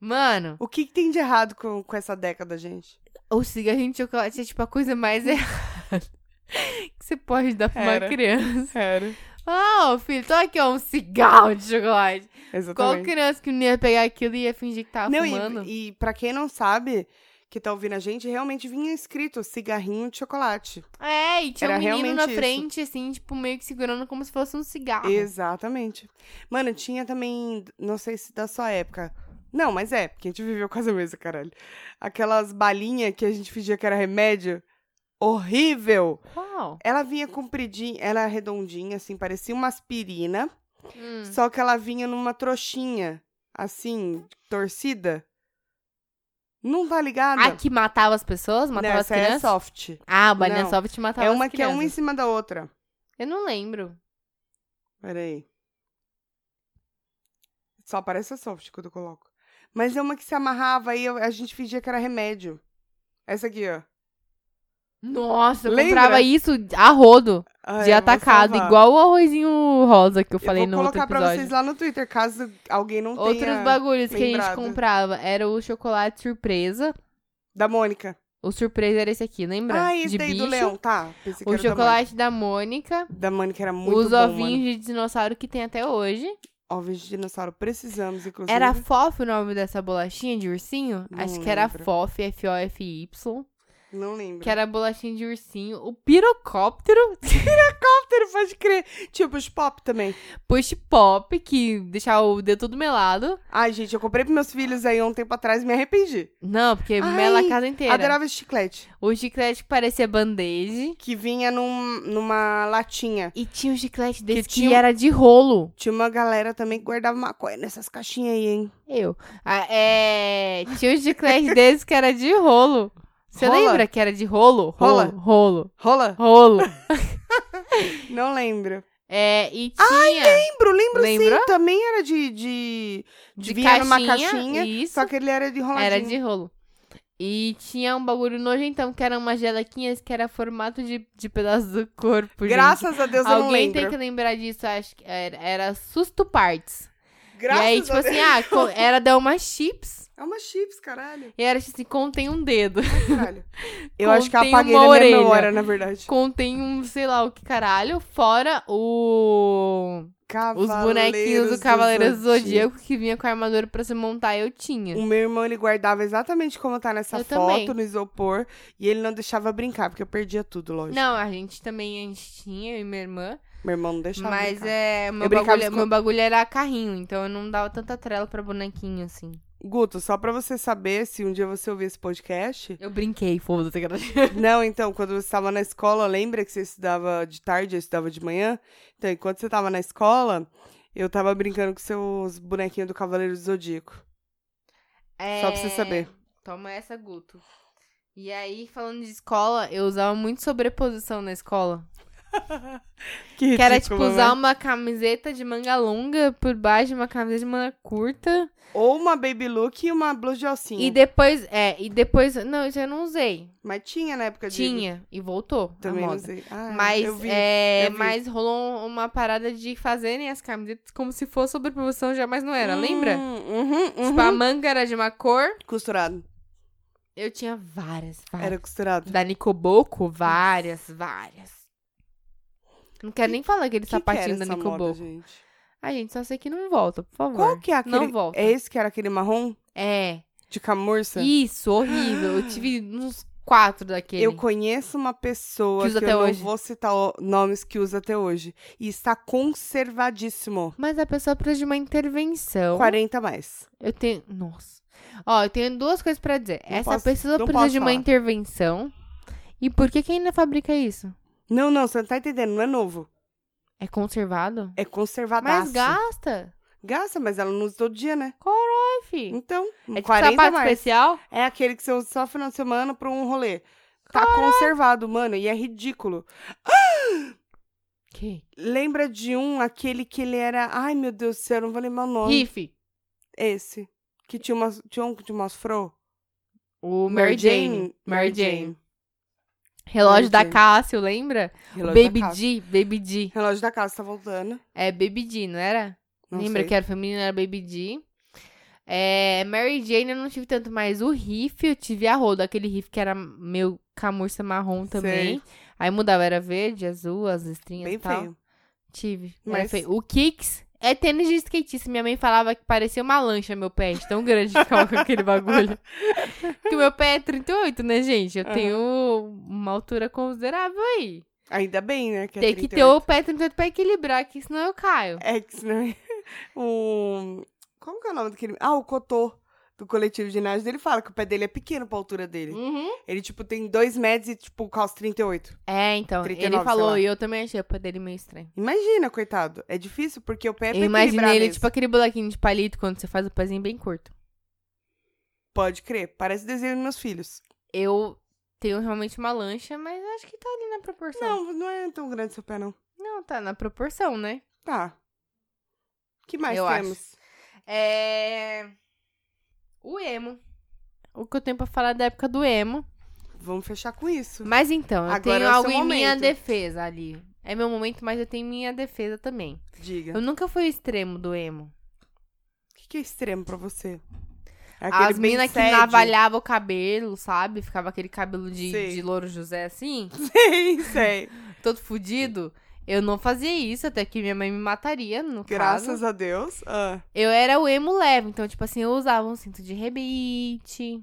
C: Mano,
B: O que, que tem de errado com, com essa década, gente?
C: o cigarrinho de chocolate é tipo a coisa mais errada que você pode dar pra
B: Hum. Era.
C: uma criança.
B: Sério.
C: Ah, ô, filho, toma aqui, ó, um cigarro de chocolate. Qual
B: Exatamente.
C: criança que não ia pegar aquilo e ia fingir que tava
B: não,
C: fumando?
B: e, e pra quem não sabe, que tá ouvindo a gente, realmente vinha escrito cigarrinho de chocolate.
C: É, e tinha
B: Era
C: um menino
B: realmente
C: na
B: isso.
C: frente, assim, tipo, meio que segurando como se fosse um cigarro.
B: Exatamente. Mano, tinha também, não sei se da sua época. Não, mas é, porque a gente viveu quase a mesma, caralho. Aquelas balinhas que a gente fingia que era remédio. Horrível!
C: Qual?
B: Ela vinha compridinha, era redondinha, assim, parecia uma aspirina.
C: Hum.
B: Só que ela vinha numa trouxinha, assim, torcida. Não tá ligada?
C: A que matava as pessoas? Matava
B: não,
C: as
B: essa aí é
C: crianças?
B: soft.
C: Ah, o Balinha
B: Não.
C: Soft matava
B: é uma
C: as
B: que é
C: crianças.
B: uma em cima da outra.
C: Eu não lembro.
B: Peraí. Só aparece a soft quando eu coloco. Mas é uma que se amarrava e eu- a gente fingia que era remédio. Essa aqui, ó.
C: Nossa, eu
B: Lembra?
C: comprava isso a rodo,
B: Ah,
C: de
B: eu vou
C: atacado,
B: salvar.
C: igual o arrozinho rosa que eu
B: Eu
C: falei
B: vou
C: no outro
B: colocar
C: episódio.
B: pra vocês lá no Twitter, caso alguém não
C: Outros
B: tenha...
C: bagulhos que a gente
B: lembrado.
C: comprava era o chocolate surpresa.
B: Da Mônica.
C: O surpresa era esse aqui, lembra?
B: Ah, esse
C: de
B: daí
C: bicho.
B: do leão, tá. Pensei que
C: O
B: era da
C: chocolate da Mônica.
B: Mônica. Da Mônica era muito
C: os
B: bom,
C: ovinhos
B: mano.
C: de dinossauro que tem até hoje.
B: Ovinhos de dinossauro, precisamos, inclusive.
C: Era fofo o nome dessa bolachinha de ursinho?
B: Não
C: Acho que era
B: lembro.
C: fof, F-O-F-Y.
B: Não lembro.
C: Que era a bolachinha de ursinho. O pirocóptero.
B: Ele pode crer. Tipo, os pop também.
C: Push pop, que deixava o dedo todo melado.
B: Ai, gente, eu comprei pros meus filhos aí há um tempo atrás e me arrependi.
C: Não, porque
B: Ai,
C: mela a casa inteira.
B: Adorava esse chiclete.
C: O chiclete que parecia band-aid.
B: que vinha num- numa latinha.
C: E tinha o chiclete desse que,
B: tinha um-
C: era de rolo.
B: Tinha uma galera também que guardava maconha nessas caixinhas aí, hein?
C: Eu. Ah, é... Tinha o chiclete desse que era de rolo. Você
B: Rola?
C: lembra que era de rolo?
B: Rola?
C: Rolo. Rolo.
B: Rola?
C: rolo.
B: Não lembro.
C: É, e tinha...
B: Lembro, lembro
C: Lembra?
B: sim. Também era de. de,
C: de
B: vinha
C: caixinha,
B: numa caixinha.
C: isso,
B: Só que ele era de enroladinho.
C: era de rolo. E tinha um bagulho nojentão, que era umas gelequinhas que era formato de, de pedaços do corpo, gente.
B: Graças a Deus eu não
C: Alguém
B: lembro.
C: tem que lembrar disso, acho que era, era susto parts.
B: Graças
C: e aí,
B: a
C: tipo
B: Deus.
C: assim, ah, co- era da uma chips.
B: É uma chips, caralho.
C: E era tipo assim, contém um dedo.
B: Ai, caralho. eu
C: Contém
B: acho que eu apaguei
C: uma
B: na minha
C: orelha.
B: memória, na verdade.
C: Contém um, sei lá o que caralho, fora o. Os bonequinhos do Cavaleiro do Zodíaco que vinha com a armadura pra você montar, eu tinha.
B: O meu irmão, ele guardava exatamente como tá nessa
C: Eu
B: foto,
C: também.
B: no isopor. E ele não deixava brincar, porque eu perdia tudo, lógico.
C: Não, a gente também, a gente tinha, eu e minha irmã.
B: Meu irmão não deixava
C: Mas
B: brincar.
C: é. Meu
B: Eu brincava
C: bagulho,
B: com-
C: meu bagulho era carrinho, então eu não dava tanta trela pra bonequinho, assim.
B: Guto, só pra você saber se um dia você ouvir esse podcast.
C: Eu brinquei, foda-se. aquela-
B: Não, então, quando você estava na escola, lembra que você estudava de tarde, eu estudava de manhã? Então, enquanto você estava na escola, eu tava brincando com seus bonequinhos do Cavaleiro do Zodíaco.
C: É,
B: Só pra você saber.
C: Toma essa, Guto. E aí, falando de escola, eu usava muito sobreposição na escola.
B: Que,
C: Que era, tipo,
B: ridículo,
C: usar
B: né?
C: uma camiseta de manga longa por baixo de uma camiseta de manga curta.
B: Ou uma baby look e uma blusa de alcinha.
C: um- E depois, é, e depois. Não, isso eu não usei.
B: Mas tinha na época de...
C: Tinha, e voltou. a
B: Também não
C: moda.
B: sei. Ah,
C: Mas,
B: eu vi.
C: é,
B: eu vi.
C: mas rolou uma parada de fazerem as camisetas como se fosse sobre promoção, jamais não era, lembra?
B: Hum, uhum,
C: Tipo,
B: uhum.
C: a manga era de uma cor,
B: Costurado.
C: eu tinha várias, várias.
B: Era costurado.
C: Da Nicoboco, várias, várias. Não quero nem falar aquele
B: Que que era
C: sapatinho da
B: essa moda,
C: Nicoboco.
B: gente?
C: Ai, gente, só sei que não volta, por favor.
B: Qual que é aquele...
C: Não volta.
B: É esse que era aquele marrom?
C: É,
B: De camurça?
C: isso, horrível. Eu tive uns quatro daquele.
B: Eu conheço uma pessoa
C: Que
B: que,
C: usa
B: eu
C: até
B: não
C: hoje.
B: vou citar o- nomes que usa até hoje. E está conservadíssimo.
C: Mas a pessoa precisa de uma intervenção.
B: 40 a mais.
C: Eu tenho. Nossa. Ó, eu tenho duas coisas pra dizer.
B: Não
C: Essa
B: posso-
C: pessoa
B: não
C: precisa
B: posso
C: de uma
B: falar.
C: intervenção. E por que que ainda fabrica isso?
B: Não, não, você não tá entendendo, não é novo.
C: É conservado?
B: É conservadaço.
C: Mas gasta.
B: Gasta, mas ela não usa todo dia, né?
C: Ai, fi.
B: Então,
C: É tipo
B: 40 a
C: sapato
B: mais.
C: especial?
B: É aquele que você usa só final de semana pra um rolê. Tá conservado, mano, e é ridículo.
C: Que?
B: Lembra de um, aquele que ele era... Ai, meu Deus do céu, eu não vou lembrar o nome.
C: Riff.
B: Esse. Que tinha umas, tinha um que tinha umas fro.
C: O Mary Jane. Mary Jane. Relógio
B: Mary
C: da
B: Jane.
C: Cássio, lembra?
B: Relógio da
C: Baby
B: casa.
C: D. Baby D.
B: Relógio da casa tá voltando.
C: É Baby D, não era?
B: Não
C: Lembra
B: sei.
C: que era feminina, era Baby D. É, Mary Jane eu não tive tanto, mas o riff eu tive a roda. Aquele riff que era meu camurça marrom também. Aí mudava, era verde, azul, as estrinhas
B: Bem
C: e tal.
B: feio.
C: Tive.
B: Mas-
C: Mas... O Kicks é tênis de skatista. Minha mãe falava que parecia uma lancha meu pé, de tão grande que ficava com aquele bagulho. Porque o meu pé é 38, né, gente? Eu
B: Aham.
C: tenho uma altura considerável aí.
B: Ainda bem, né? Que é
C: Tem que
B: 38.
C: ter o pé 38 pra equilibrar, que senão eu caio.
B: É que senão- o... Como que é o nome daquele... Ah, o Cotô, do coletivo de ginásio dele, fala que o pé dele é pequeno pra altura dele.
C: Uhum.
B: Ele, tipo, tem dois metros e, tipo, calça 38.
C: É, então,
B: 39, sei
C: ele falou
B: lá.
C: e eu também achei o pé dele meio estranho.
B: Imagina, coitado. É difícil, porque o pé é pra
C: eu imaginei
B: equilibrar
C: ele
B: mesmo.
C: tipo aquele bonequinho de palito quando você faz o pezinho bem curto.
B: Pode crer. Parece desenho dos meus filhos.
C: Eu tenho realmente uma lancha, mas acho que tá ali na proporção.
B: Não, não é tão grande seu pé, não.
C: Não, tá na proporção, né?
B: Tá. que mais
C: Eu acho.
B: temos?
C: É. O emo. O que eu tenho pra falar é da época do emo.
B: Vamos fechar com isso.
C: Mas então, eu
B: Agora é
C: tenho
B: o seu
C: algo em minha
B: momento.
C: defesa ali. É meu momento, mas eu tenho minha defesa também.
B: Diga.
C: Eu nunca fui o extremo do emo.
B: O que, que é extremo pra você? É
C: As
B: bem
C: minas que
B: sério?
C: navalhavam o cabelo, sabe? Ficava aquele cabelo
B: Sei.
C: de, de louro José assim,
B: Sei, sei.
C: todo fudido. Eu não fazia isso, até que minha mãe me mataria, no caso.
B: Graças a Deus. Ah,
C: Eu era o emo leve, então, tipo assim, eu usava um cinto de rebite,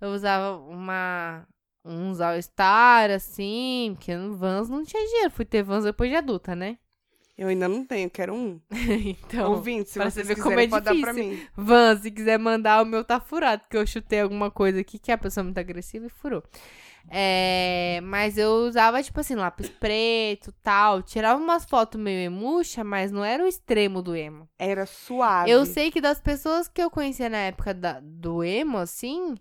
C: eu usava uma. uns all-star, assim, porque no Vans não tinha dinheiro. Fui ter Vans depois de adulta, né?
B: eu ainda não tenho, quero um.
C: então,
B: Ouvinte, se
C: pra
B: vocês
C: você ver
B: quiserem,
C: como é
B: pode dar pra
C: difícil.
B: mim.
C: Vans, se quiser mandar, o meu tá furado, porque eu chutei alguma coisa aqui que a pessoa é muito agressiva e furou. É, mas eu usava, tipo assim, lápis preto tal. Tirava umas fotos meio emuxa, mas não era o extremo do emo.
B: Era suave.
C: Eu sei que das pessoas que eu conhecia na época da- do emo, assim,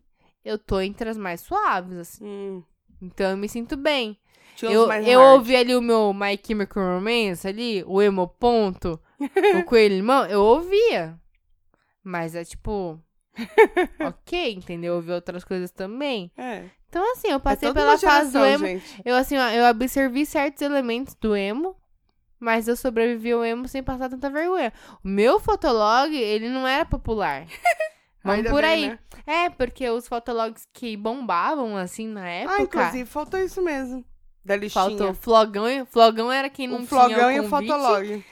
C: eu tô entre as mais suaves, assim.
B: Hum,
C: Então eu me sinto bem.
B: tinha uns
C: Eu,
B: mais um
C: eu
B: hard.
C: ouvi ali o meu My Chemical Romance ali, o emo ponto, o coelho limão, eu ouvia. Mas é tipo... ok, entendeu? Eu ouvi outras coisas também.
B: É.
C: Então assim, eu passei
B: é toda
C: pela
B: uma
C: fase do
B: geração,
C: emo.
B: gente.
C: Eu assim, ó, eu absorvi certos elementos do emo, mas eu sobrevivi ao emo sem passar tanta vergonha. O meu fotolog, ele não era popular. Vamos
B: Ainda
C: por
B: bem,
C: aí.
B: né?
C: É, porque os fotologs que bombavam assim na
B: Ah,
C: época,
B: inclusive, faltou isso mesmo. Da listinha.
C: faltou flogão, e- flogão era quem não
B: o
C: tinha
B: flogão
C: o
B: e o
C: convite,
B: fotolog.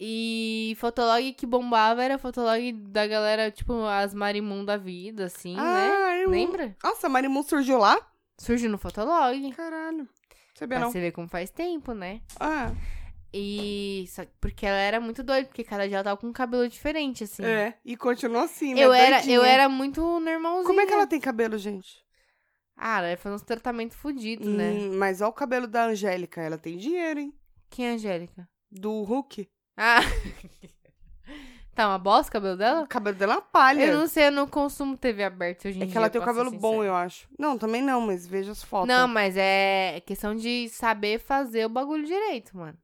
C: E fotolog que bombava era fotolog da galera, tipo, as Marimun da vida, assim, né?
B: Ah, eu...
C: Lembra?
B: Nossa, a Marimun surgiu lá?
C: Surgiu no fotolog.
B: Caralho. Sabia
C: Pra
B: não.
C: você ver como faz tempo, né?
B: Ah,
C: E. Só que- porque ela era muito doida, porque cada dia ela tava com um cabelo diferente, assim.
B: é. E continuou assim, né?
C: Eu era, eu
B: Doidinha.
C: era muito normalzinha.
B: Como é que ela tem cabelo, gente?
C: Ah, ela fez uns tratamentos fodidos, né?
B: Hum, mas olha o cabelo da Angélica. Ela tem dinheiro, hein?
C: Quem é a Angélica?
B: Do Hulk.
C: Ah. tá uma bosta o cabelo
B: O
C: dela?
B: cabelo dela é uma palha.
C: Eu não sei, eu não consumo TV aberta hoje em
B: É
C: dia.
B: que ela tem o
C: pra ser
B: cabelo bom,
C: sincera.
B: eu acho. Não, também não, mas veja as fotos.
C: Não, mas é questão de saber fazer o bagulho direito, mano.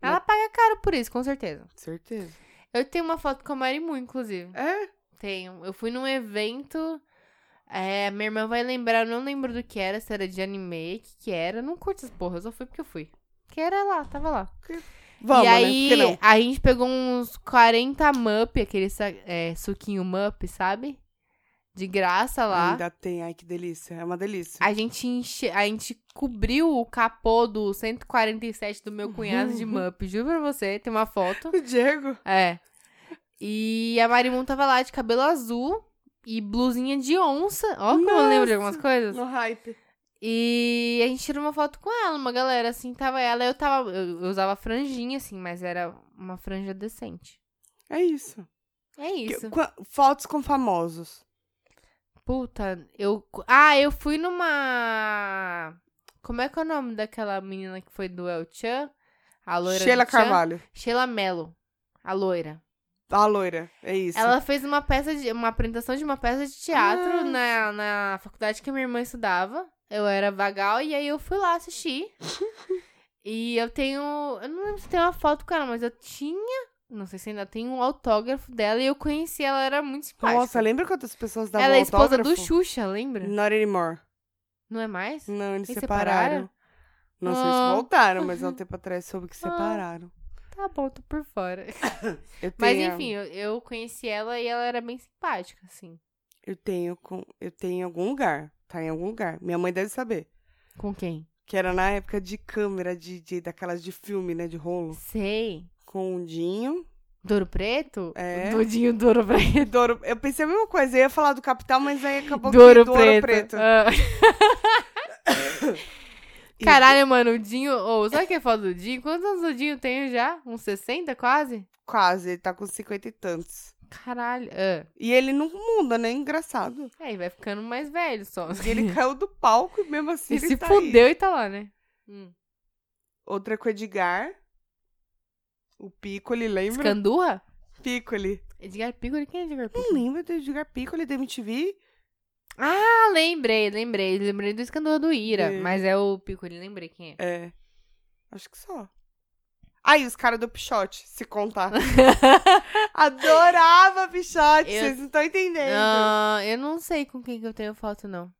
C: Ela paga caro por isso, com certeza.
B: Certeza.
C: Eu tenho uma foto com a Marimu, inclusive.
B: É?
C: Tenho. Eu fui num evento. é, minha irmã vai lembrar, eu não lembro do que era, se era de anime, o que, que era. eu Não curto essas porra, eu só fui porque eu fui. Que era lá, tava lá.
B: Vamos,
C: e
B: né? Por
C: aí,
B: que não?
C: a gente pegou uns 40 mup, aquele sa- é, suquinho mup, sabe? De graça lá.
B: Ainda tem. Ai, que delícia. É uma delícia.
C: A gente enche- a gente cobriu o capô do 147 do meu cunhado de mup. Juro pra você, tem uma foto.
B: O Diego.
C: É. E a Marimun tava lá de cabelo azul e blusinha de onça. Ó, como eu lembro de algumas coisas.
B: No hype.
C: E a gente tirou uma foto com ela, uma galera assim, tava ela. Eu tava. Eu, eu usava franjinha, assim, mas era uma franja decente.
B: É isso.
C: É
B: Que-
C: isso.
B: qua- Fotos com famosos.
C: Puta, eu. Ah, eu fui numa. Como é que é o nome daquela menina que foi do El Chan? A loira do
B: Sheila
C: Tchan?
B: Carvalho.
C: Sheila Mello. A loira.
B: A loira. É isso.
C: Ela fez uma peça de. uma apresentação de uma peça de teatro
B: Ah.
C: na, na faculdade que minha irmã estudava. Eu era vagal e aí eu fui lá assistir. e eu tenho. Eu não lembro se tem uma foto com ela, mas eu tinha. Não sei se ainda tem um autógrafo dela e eu conheci ela, ela era muito simpática.
B: Nossa, lembra quantas pessoas davam
C: ela é esposa do
B: autógrafo?
C: Xuxa, lembra?
B: Not anymore.
C: Não é mais?
B: Não, eles
C: Eles
B: separaram.
C: separaram?
B: Não sei se
C: Ah.
B: voltaram, mas há um tempo atrás soube que
C: Ah.
B: separaram.
C: tá bom, tô por fora.
B: Eu
C: Mas
B: tenho-
C: enfim, eu, eu conheci ela e ela era bem simpática, assim.
B: Eu tenho, com... eu tenho em algum lugar. Tá em algum lugar. Minha mãe deve saber.
C: Com quem?
B: Que era na época de câmera, de, de- daquelas de filme, né? De rolo.
C: Sei.
B: Com o Dinho.
C: Douro Preto?
B: É.
C: Dudinho Douro Preto.
B: E Douro... Eu pensei a mesma coisa. Eu ia falar do Capital, mas aí acabou
C: Douro
B: que Douro
C: Preto.
B: Preto.
C: Ah.
B: E-
C: Caralho, mano, o Dinho. Ô, sabe o que é foda do Dinho? Quantos anos o Dinho tem já? Uns 60 quase?
B: Quase. Ele tá com cinquenta e tantos.
C: Caralho. ah.
B: E ele não muda, né? Engraçado.
C: É, e vai ficando mais velho só.
B: E ele caiu do palco e mesmo assim
C: E
B: ele
C: se
B: tá aí.
C: fudeu e tá lá, né? Hum.
B: Outra com o Edgar. O Piccoli, lembra?
C: Escandurra?
B: Piccoli.
C: Edgar Piccoli? Quem é Edgar Piccoli?
B: Não lembra do Edgar Piccoli da MTV?
C: Ah, lembrei, lembrei. Lembrei do Escandurra do Ira.
B: É.
C: Mas é o Piccoli, lembrei quem é.
B: É. Acho que só. Aí, os caras do Pichote, se contar. Adorava Pichote,
C: Eu-
B: vocês não estão entendendo.
C: Ah, eu não sei com quem que eu tenho foto, não.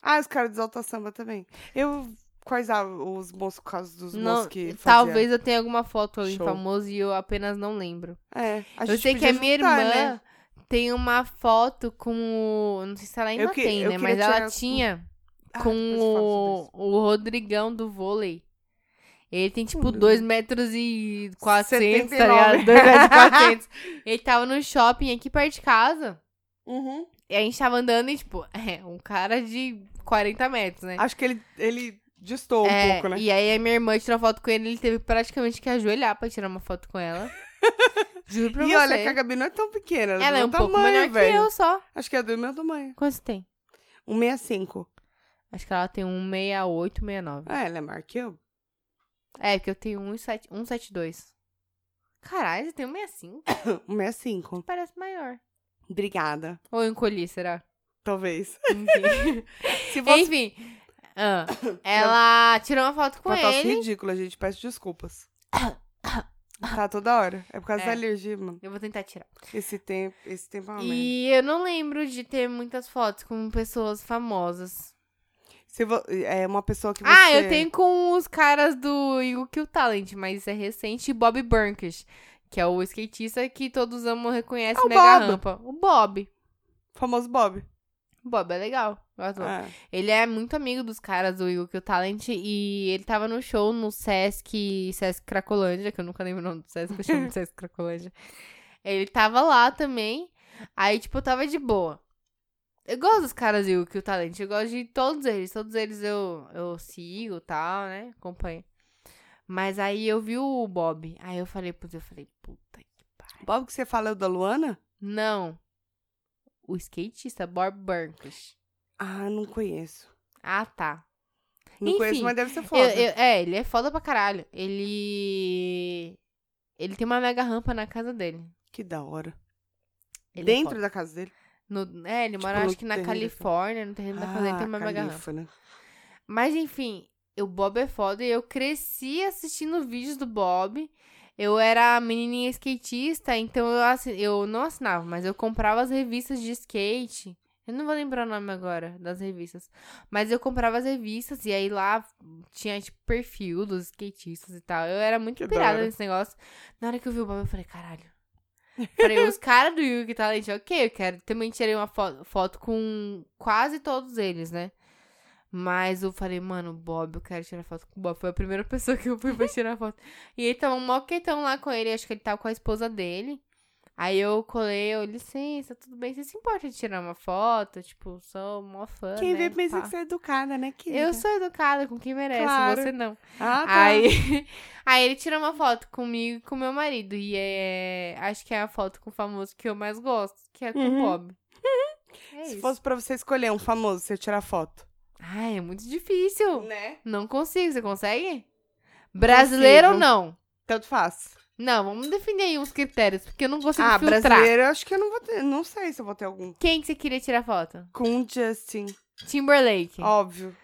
B: Ah, os caras do Exalta Samba também. Eu coisava os bons por causa dos
C: não
B: moços que faziam.
C: talvez eu tenha alguma foto ali
B: Show.
C: famoso e eu apenas não lembro.
B: É, a
C: eu
B: gente
C: sei que
B: podia
C: a minha
B: juntar,
C: irmã
B: né?
C: tem uma foto com o. Não sei se ela ainda
B: que-
C: tem,
B: eu
C: né?
B: queria
C: Mas ela
B: tirar-
C: tinha
B: Ah,
C: com
B: depois eu falo
C: o,
B: sobre
C: o Rodrigão do vôlei. Ele tem tipo
B: Rodrigo.
C: 2 metros e 400, tá
B: 79.
C: ligado? 2 metros e 400. Ele tava no shopping aqui perto de casa.
B: isso. Uhum.
C: E a gente tava andando e, tipo, é, um cara de 40 metros, né?
B: Acho que ele, ele distou um
C: É,
B: pouco, né?
C: E aí a minha irmã tirou foto com ele, ele teve praticamente que ajoelhar pra tirar uma foto com ela. Juro pra
B: E
C: você.
B: olha que a Gabi não é tão pequena. Ela,
C: ela é
B: do
C: um
B: meu
C: pouco
B: tamanho,
C: melhor
B: velho.
C: que eu só.
B: Acho que é do meu tamanho.
C: Quantos tem?
B: 1,65.
C: Acho que ela tem 168, 69.
B: Ah, ela é maior que eu?
C: É, porque eu tenho 17 172. Caralho, você tem 165?
B: 1,65.
C: Parece maior.
B: Obrigada.
C: Ou eu encolhi, será?
B: Talvez.
C: Enfim.
B: Se você
C: Enfim. Ah, ela tirou uma foto com
B: Uma tosse
C: ele.
B: ridícula, gente. Peço desculpas. tá toda hora. É por causa
C: É.
B: da alergia, mano.
C: Eu vou tentar tirar.
B: Esse tempo, esse tempo é uma merda.
C: E eu não lembro de ter muitas fotos com pessoas famosas.
B: Se vo- É uma pessoa que você...
C: Ah, eu tenho com os caras do You Kill Talent, mas isso é recente, e Bob Burnkish, que é o skatista que todos amam reconhecem
B: É o
C: mega
B: Bob.
C: rampa. O Bob.
B: Famoso Bob.
C: O Bob é legal. eu gosto do Bob.
B: Ah,
C: Ele é muito amigo dos caras do You Kill Talent e ele tava no show no Sesc, Sesc Cracolândia, que eu nunca lembro o nome do Sesc, eu chamo de Sesc Cracolândia. Ele tava lá também, aí tipo, eu tava de boa. Eu gosto dos caras do You Kill Talent, eu gosto de todos eles, todos eles eu, eu sigo e tal, né, acompanho. Mas aí eu vi o Bob, aí eu falei, putz, eu falei, puta que pariu.
B: Bob que você fala é o da Luana?
C: Não, o skatista Bob Burnkish.
B: Ah, não conheço.
C: Ah, tá.
B: Não
C: Enfim,
B: conheço, mas deve ser
C: Eu-
B: foda.
C: eu- é, ele é foda pra caralho. Ele. Ele tem uma mega rampa na casa dele.
B: Que da hora.
C: Ele é
B: Dentro
C: foda.
B: da casa dele?
C: No- é, ele
B: Tipo,
C: mora,
B: no
C: acho que na
B: terreno da casa.
C: Califórnia, no terreno é da casa dele tem uma mega rampa.
B: califa, né?
C: Mas enfim, o Bob é foda e eu cresci assistindo vídeos do Bob. Eu era menininha skatista, então eu, assi- eu não assinava, mas eu comprava as revistas de skate. Eu não vou lembrar o nome agora das revistas. Mas eu comprava as revistas e aí lá tinha, tipo, perfil dos skatistas e tal. Eu era muito
B: Que da
C: pirada
B: hora.
C: nesse negócio. Na hora que eu vi o Bob, eu falei, caralho. Falei, os caras do Yuki Talent, ok, eu quero. Também tirei uma fo- foto com quase todos eles, né? Mas eu falei, mano, Bob, eu quero tirar foto com o Bob. Foi a primeira pessoa que eu fui pra tirar foto. E ele tava um moquetão lá com ele, acho que ele tava com a esposa dele. Aí eu colei, eu, licença, tudo bem? Você se importa de tirar uma foto? Tipo, sou mó fã,
B: Quem
C: né?
B: vê pensa
C: Pá.
B: que você é educada, né, querida?
C: Eu sou educada com quem merece,
B: Claro.
C: você não.
B: Ah, tá.
C: Aí, aí ele tirou uma foto comigo e com meu marido. E é. Acho que é a foto com o famoso que eu mais gosto, que é com
B: Uhum.
C: o Bob. É
B: Se
C: isso.
B: fosse pra você escolher um famoso, você tirar foto.
C: Ai, é muito difícil.
B: Né?
C: Não consigo, você consegue? Brasileiro ou
B: Consigo.
C: não?
B: Tanto faz.
C: Não, vamos definir aí uns critérios, porque eu não consigo
B: Ah,
C: filtrar.
B: brasileiro, eu acho que eu não vou ter. Não sei se eu vou ter algum.
C: Quem que você queria tirar foto?
B: Com o Justin,
C: Timberlake.
B: óbvio.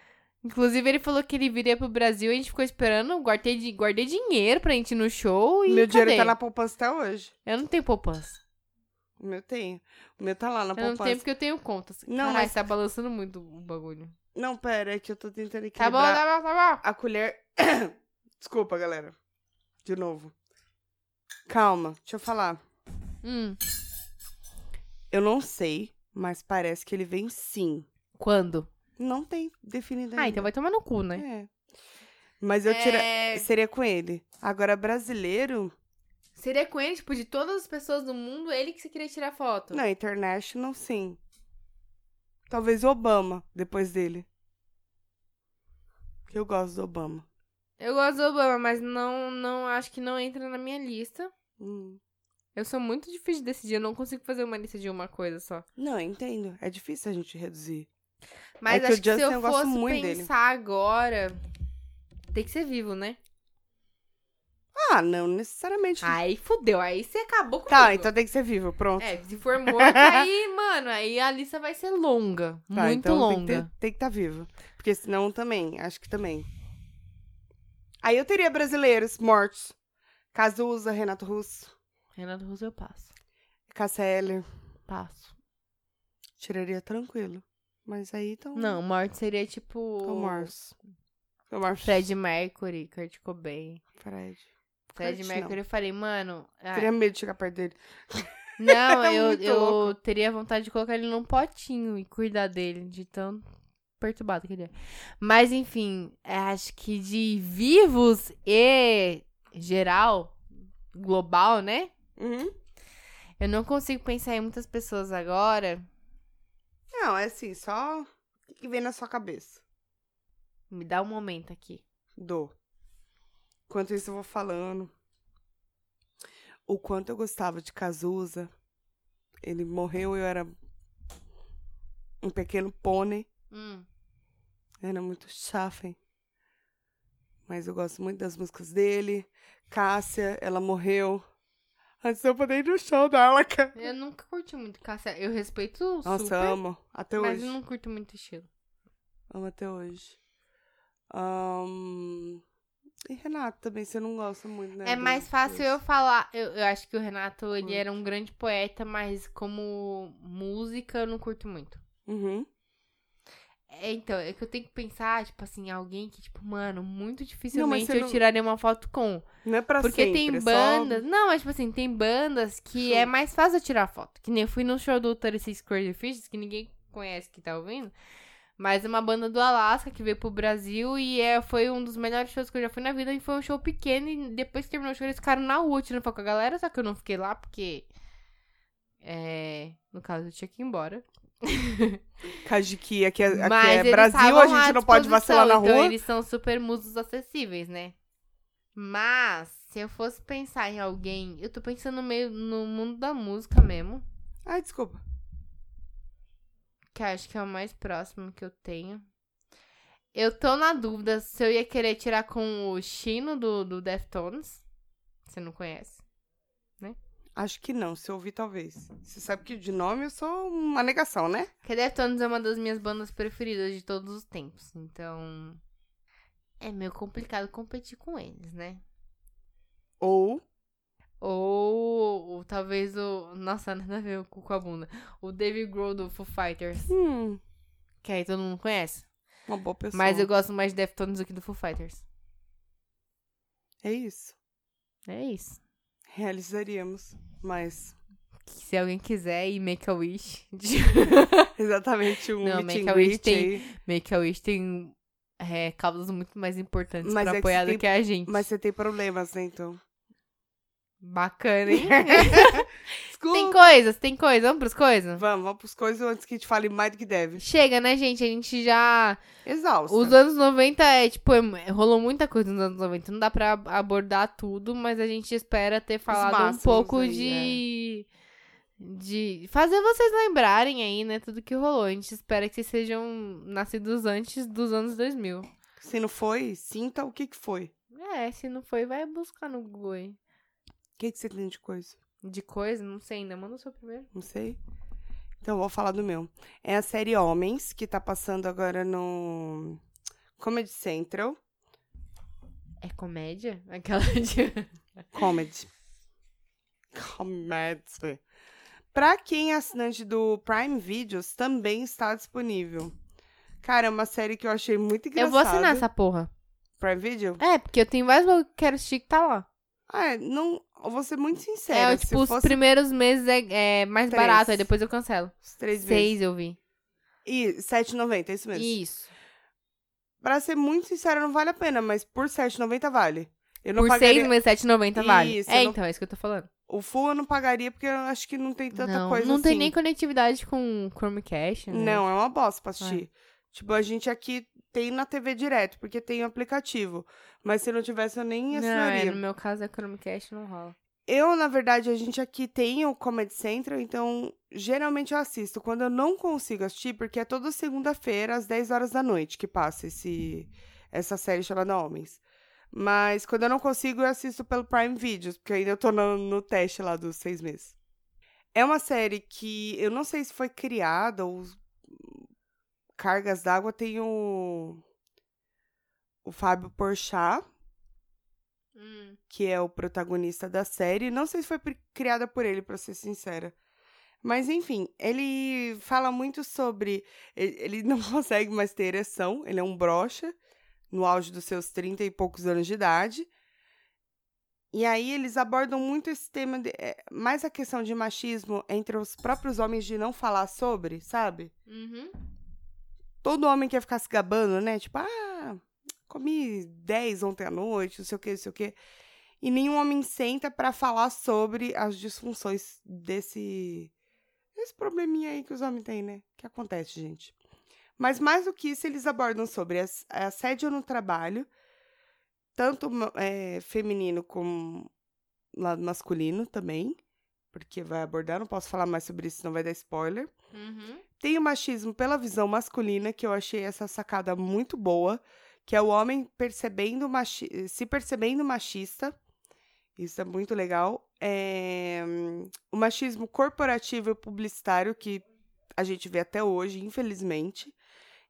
C: Inclusive, ele falou que ele viria pro Brasil, a gente ficou esperando, guardei, di- guardei dinheiro pra gente ir no show e
B: Meu dinheiro
C: cadê?
B: tá na poupança até hoje.
C: Eu não tenho poupança.
B: O meu tem. O meu tá lá na
C: Eu não
B: poupança.
C: tenho porque eu tenho contas.
B: Não,
C: Não, Caralho,
B: mas-
C: tá balançando muito o bagulho.
B: Não, pera, é que eu tô tentando
C: Tá bom,
B: equilibrar
C: tá bom, tá bom.
B: a colher. Desculpa, galera. De novo. Calma, deixa eu falar.
C: Hum,
B: Eu não sei, mas parece que ele vem sim.
C: quando?
B: Não tem definido ainda.
C: Ah, então vai tomar no cu, né?
B: É. Mas eu tira...
C: É,
B: seria com ele. Agora, brasileiro.
C: Seria com ele, tipo, de todas as pessoas do mundo, ele que você queria tirar foto.
B: Não, international, sim. Talvez Obama, depois dele. Que eu gosto do Obama.
C: Eu gosto do Obama, mas não, não acho que não entra na minha lista.
B: Hum.
C: Eu sou muito difícil de decidir, eu não consigo fazer uma lista de uma coisa só.
B: Não, eu entendo. É difícil a gente reduzir.
C: Mas
B: É que o
C: acho que se
B: Justin
C: eu
B: eu gosto
C: fosse
B: muito dele.
C: pensar agora, tem que ser vivo, né?
B: Ah, não necessariamente.
C: Aí fudeu, aí você acabou com
B: tá, então tem que ser vivo, pronto.
C: É, se for morto, aí, mano, aí a lista vai ser longa.
B: Tá,
C: muito
B: então Tem
C: longa.
B: que estar vivo. Porque senão também, acho que também. Aí eu teria brasileiros mortos. Cazuza, Renato Russo,
C: Renato Russo, eu passo.
B: Casseller.
C: Passo.
B: Tiraria tranquilo. Mas aí então.
C: Não, morte seria tipo.
B: Tom Morris. Tom Morris.
C: Fred Mercury, Kurt Cobain.
B: Fred.
C: Fred
B: Kurt,
C: Mercury, eu falei, mano. ah,
B: Teria medo de chegar perto dele.
C: Não,
B: É
C: eu,
B: muito
C: eu
B: louco.
C: teria vontade de colocar ele num potinho e cuidar dele, de tão perturbado que ele é. Mas, enfim, é, acho que de vivos e geral, global, né?
B: Uhum.
C: Eu não consigo pensar em muitas pessoas agora.
B: Não, é assim, só. O que vem na sua cabeça?
C: Me dá um momento aqui.
B: Dou. Enquanto isso, eu vou falando. O quanto eu gostava de Cazuza. Ele morreu, eu era um pequeno pônei.
C: Hum,
B: Era muito chafem. Mas eu gosto muito das músicas dele. Cássia, ela morreu. Antes de eu poder ir no show dela, cara.
C: eu nunca curti muito Cássia. Eu respeito
B: Nossa,
C: super,
B: amo. Até
C: mas
B: hoje.
C: eu não curto muito o estilo.
B: Amo até hoje. Ahn, E Renato também, você não gosta muito, né?
C: É
B: do-
C: mais fácil eu
B: desse.
C: falar. Eu, eu acho que o Renato, ele
B: Hum.
C: era um grande poeta, mas como música eu não curto muito.
B: Uhum.
C: É, então, é que eu tenho que pensar, tipo assim, alguém que, tipo, mano, muito
B: mas
C: dificilmente
B: você
C: eu
B: não-
C: tiraria uma foto com.
B: Não é pra
C: Porque
B: sempre, é
C: tem
B: só-
C: bandas. Não, mas tipo assim, tem bandas que é
B: Show.
C: mais fácil eu tirar foto. Que nem eu fui no show do 36 Crazy Fishes, que ninguém conhece que tá ouvindo. Mas é uma banda do Alasca que veio pro Brasil e é, foi um dos melhores shows que eu já fui na vida. E foi um show pequeno. E depois que terminou o show, eles ficaram na rua tirando foto com a galera. Só que eu não fiquei lá porque. É. No caso, eu tinha que ir embora.
B: Kajiki, aqui é, aqui
C: Mas
B: é
C: eles
B: Brasil,
C: estavam
B: a
C: à
B: gente não pode
C: disposição,
B: vacilar na rua.
C: Então eles são super musos acessíveis, né? Mas, se eu fosse pensar em alguém, eu tô pensando meio no mundo da música mesmo,
B: Ai, desculpa.
C: que eu acho que é o mais próximo que eu tenho. Eu tô na dúvida se eu ia querer tirar com o Chino do, do Deftones. Você não conhece?
B: Acho que não, se eu ouvir, talvez. Você sabe que de nome eu sou uma negação, né?
C: Porque Deftones é uma das minhas bandas preferidas de todos os tempos. Então. É meio complicado competir com eles, né?
B: Ou.
C: Ou, ou talvez o. Nossa, nada a ver com com a bunda. O David Grohl do Foo Fighters.
B: Hum,
C: Que aí todo mundo conhece.
B: uma boa pessoa.
C: Mas eu gosto mais de Deftones do que do Foo Fighters.
B: É isso.
C: É isso.
B: Realizaríamos. Mas.
C: Se alguém quiser ir Make a Wish.
B: Exatamente um
C: Não,
B: meet
C: Make
B: and
C: a Wish
B: greet
C: tem-
B: aí.
C: Make a Wish tem é, causas muito mais importantes
B: Mas é
C: pra
B: que
C: apoiar
B: tem-
C: do que a gente.
B: Mas você tem problemas, né, então?
C: Bacana, hein?
B: Desculpa.
C: tem coisas, tem coisas. Vamos pros coisas?
B: Vamos, vamos pros coisas antes que a gente fale mais do que deve.
C: Chega, né, gente? A gente já.
B: Exausta.
C: Os anos 90 é, tipo, é- rolou muita coisa nos anos 90. Não dá pra ab- abordar tudo, mas a gente espera ter falado um
B: máximos
C: pouco
B: aí, é.
C: de. De fazer vocês lembrarem aí, né? Tudo que rolou. A gente espera que vocês sejam nascidos antes dos anos 2000.
B: Se não foi, sinta o que que foi. O
C: É, se não foi, vai buscar no Google aí.
B: que que você tem de coisa?
C: De coisa, não sei ainda. Manda o seu primeiro.
B: Não sei. Então, vou falar do meu. É a série Homens, que tá passando agora no Comedy Central.
C: É comédia? Aquela de.
B: Comedy. Comedy. Pra quem é assinante do Prime Videos, também está disponível. Cara, é uma série que eu achei muito
C: Eu
B: engraçada.
C: vou assinar essa porra.
B: Prime Video?
C: É, porque eu tenho vários bagulho que quero assistir que tá lá.
B: Ah, não. Eu vou ser muito sincera.
C: É,
B: se
C: tipo, os
B: fosse
C: primeiros meses é, é mais
B: Três.
C: barato, aí depois eu cancelo.
B: os três meses.
C: Seis eu vi.
B: E 7,90, é isso mesmo.
C: Isso.
B: Pra ser muito sincera, não vale a pena, mas por 7,90 vale. Eu não
C: Por
B: pagaria.
C: seis meses, 7,90 vale.
B: Isso,
C: é,
B: eu não-
C: então, é isso que eu tô falando.
B: O full eu não pagaria porque eu acho que não tem tanta
C: não,
B: coisa
C: não tem
B: assim.
C: nem conectividade com Chromecast, né?
B: Não, é uma bosta pra assistir. Tipo, a gente aqui tem na TV direto, porque tem o aplicativo. Mas se não tivesse, eu nem
C: Não, é,
B: assinaria.
C: no meu caso, a Chromecast não rola.
B: Eu, na verdade, a gente aqui tem o Comedy Central, então geralmente eu assisto. Quando eu não consigo assistir, porque é toda segunda-feira, às 10 horas da noite, que passa esse, essa série chamada Homens. Mas quando eu não consigo, eu assisto pelo Prime Videos, porque ainda eu tô no, no teste lá dos seis meses. É uma série que eu não sei se foi criada ou Cargas d'Água tem o, o Fábio Porchat
C: Hum,
B: que é o protagonista da série. Não sei se foi pri- criada por ele, pra ser sincera. Mas enfim, ele fala muito sobre. Ele ele não consegue mais ter ereção, ele é um broxa, no auge dos seus 30 e poucos anos de idade. E aí eles abordam muito esse tema, de- é, mais a questão de machismo entre os próprios homens de não falar sobre, sabe?
C: Uhum.
B: todo homem quer ficar se gabando, né? Tipo, ah, comi 10 ontem à noite, não sei o que, não sei o que. E nenhum homem senta pra falar sobre as disfunções desse esse probleminha aí que os homens têm, né? Que acontece, gente. Mas mais do que isso, eles abordam sobre as- assédio no trabalho, tanto ma- eh, feminino como lado masculino também, porque vai abordar, não posso falar mais sobre isso, senão vai dar spoiler.
C: Uhum.
B: Tem o machismo pela visão masculina, que eu achei essa sacada muito boa, que é o homem percebendo machi eh, se percebendo machista. Isso é muito legal. É, hum, O machismo corporativo e publicitário, que a gente vê até hoje, infelizmente,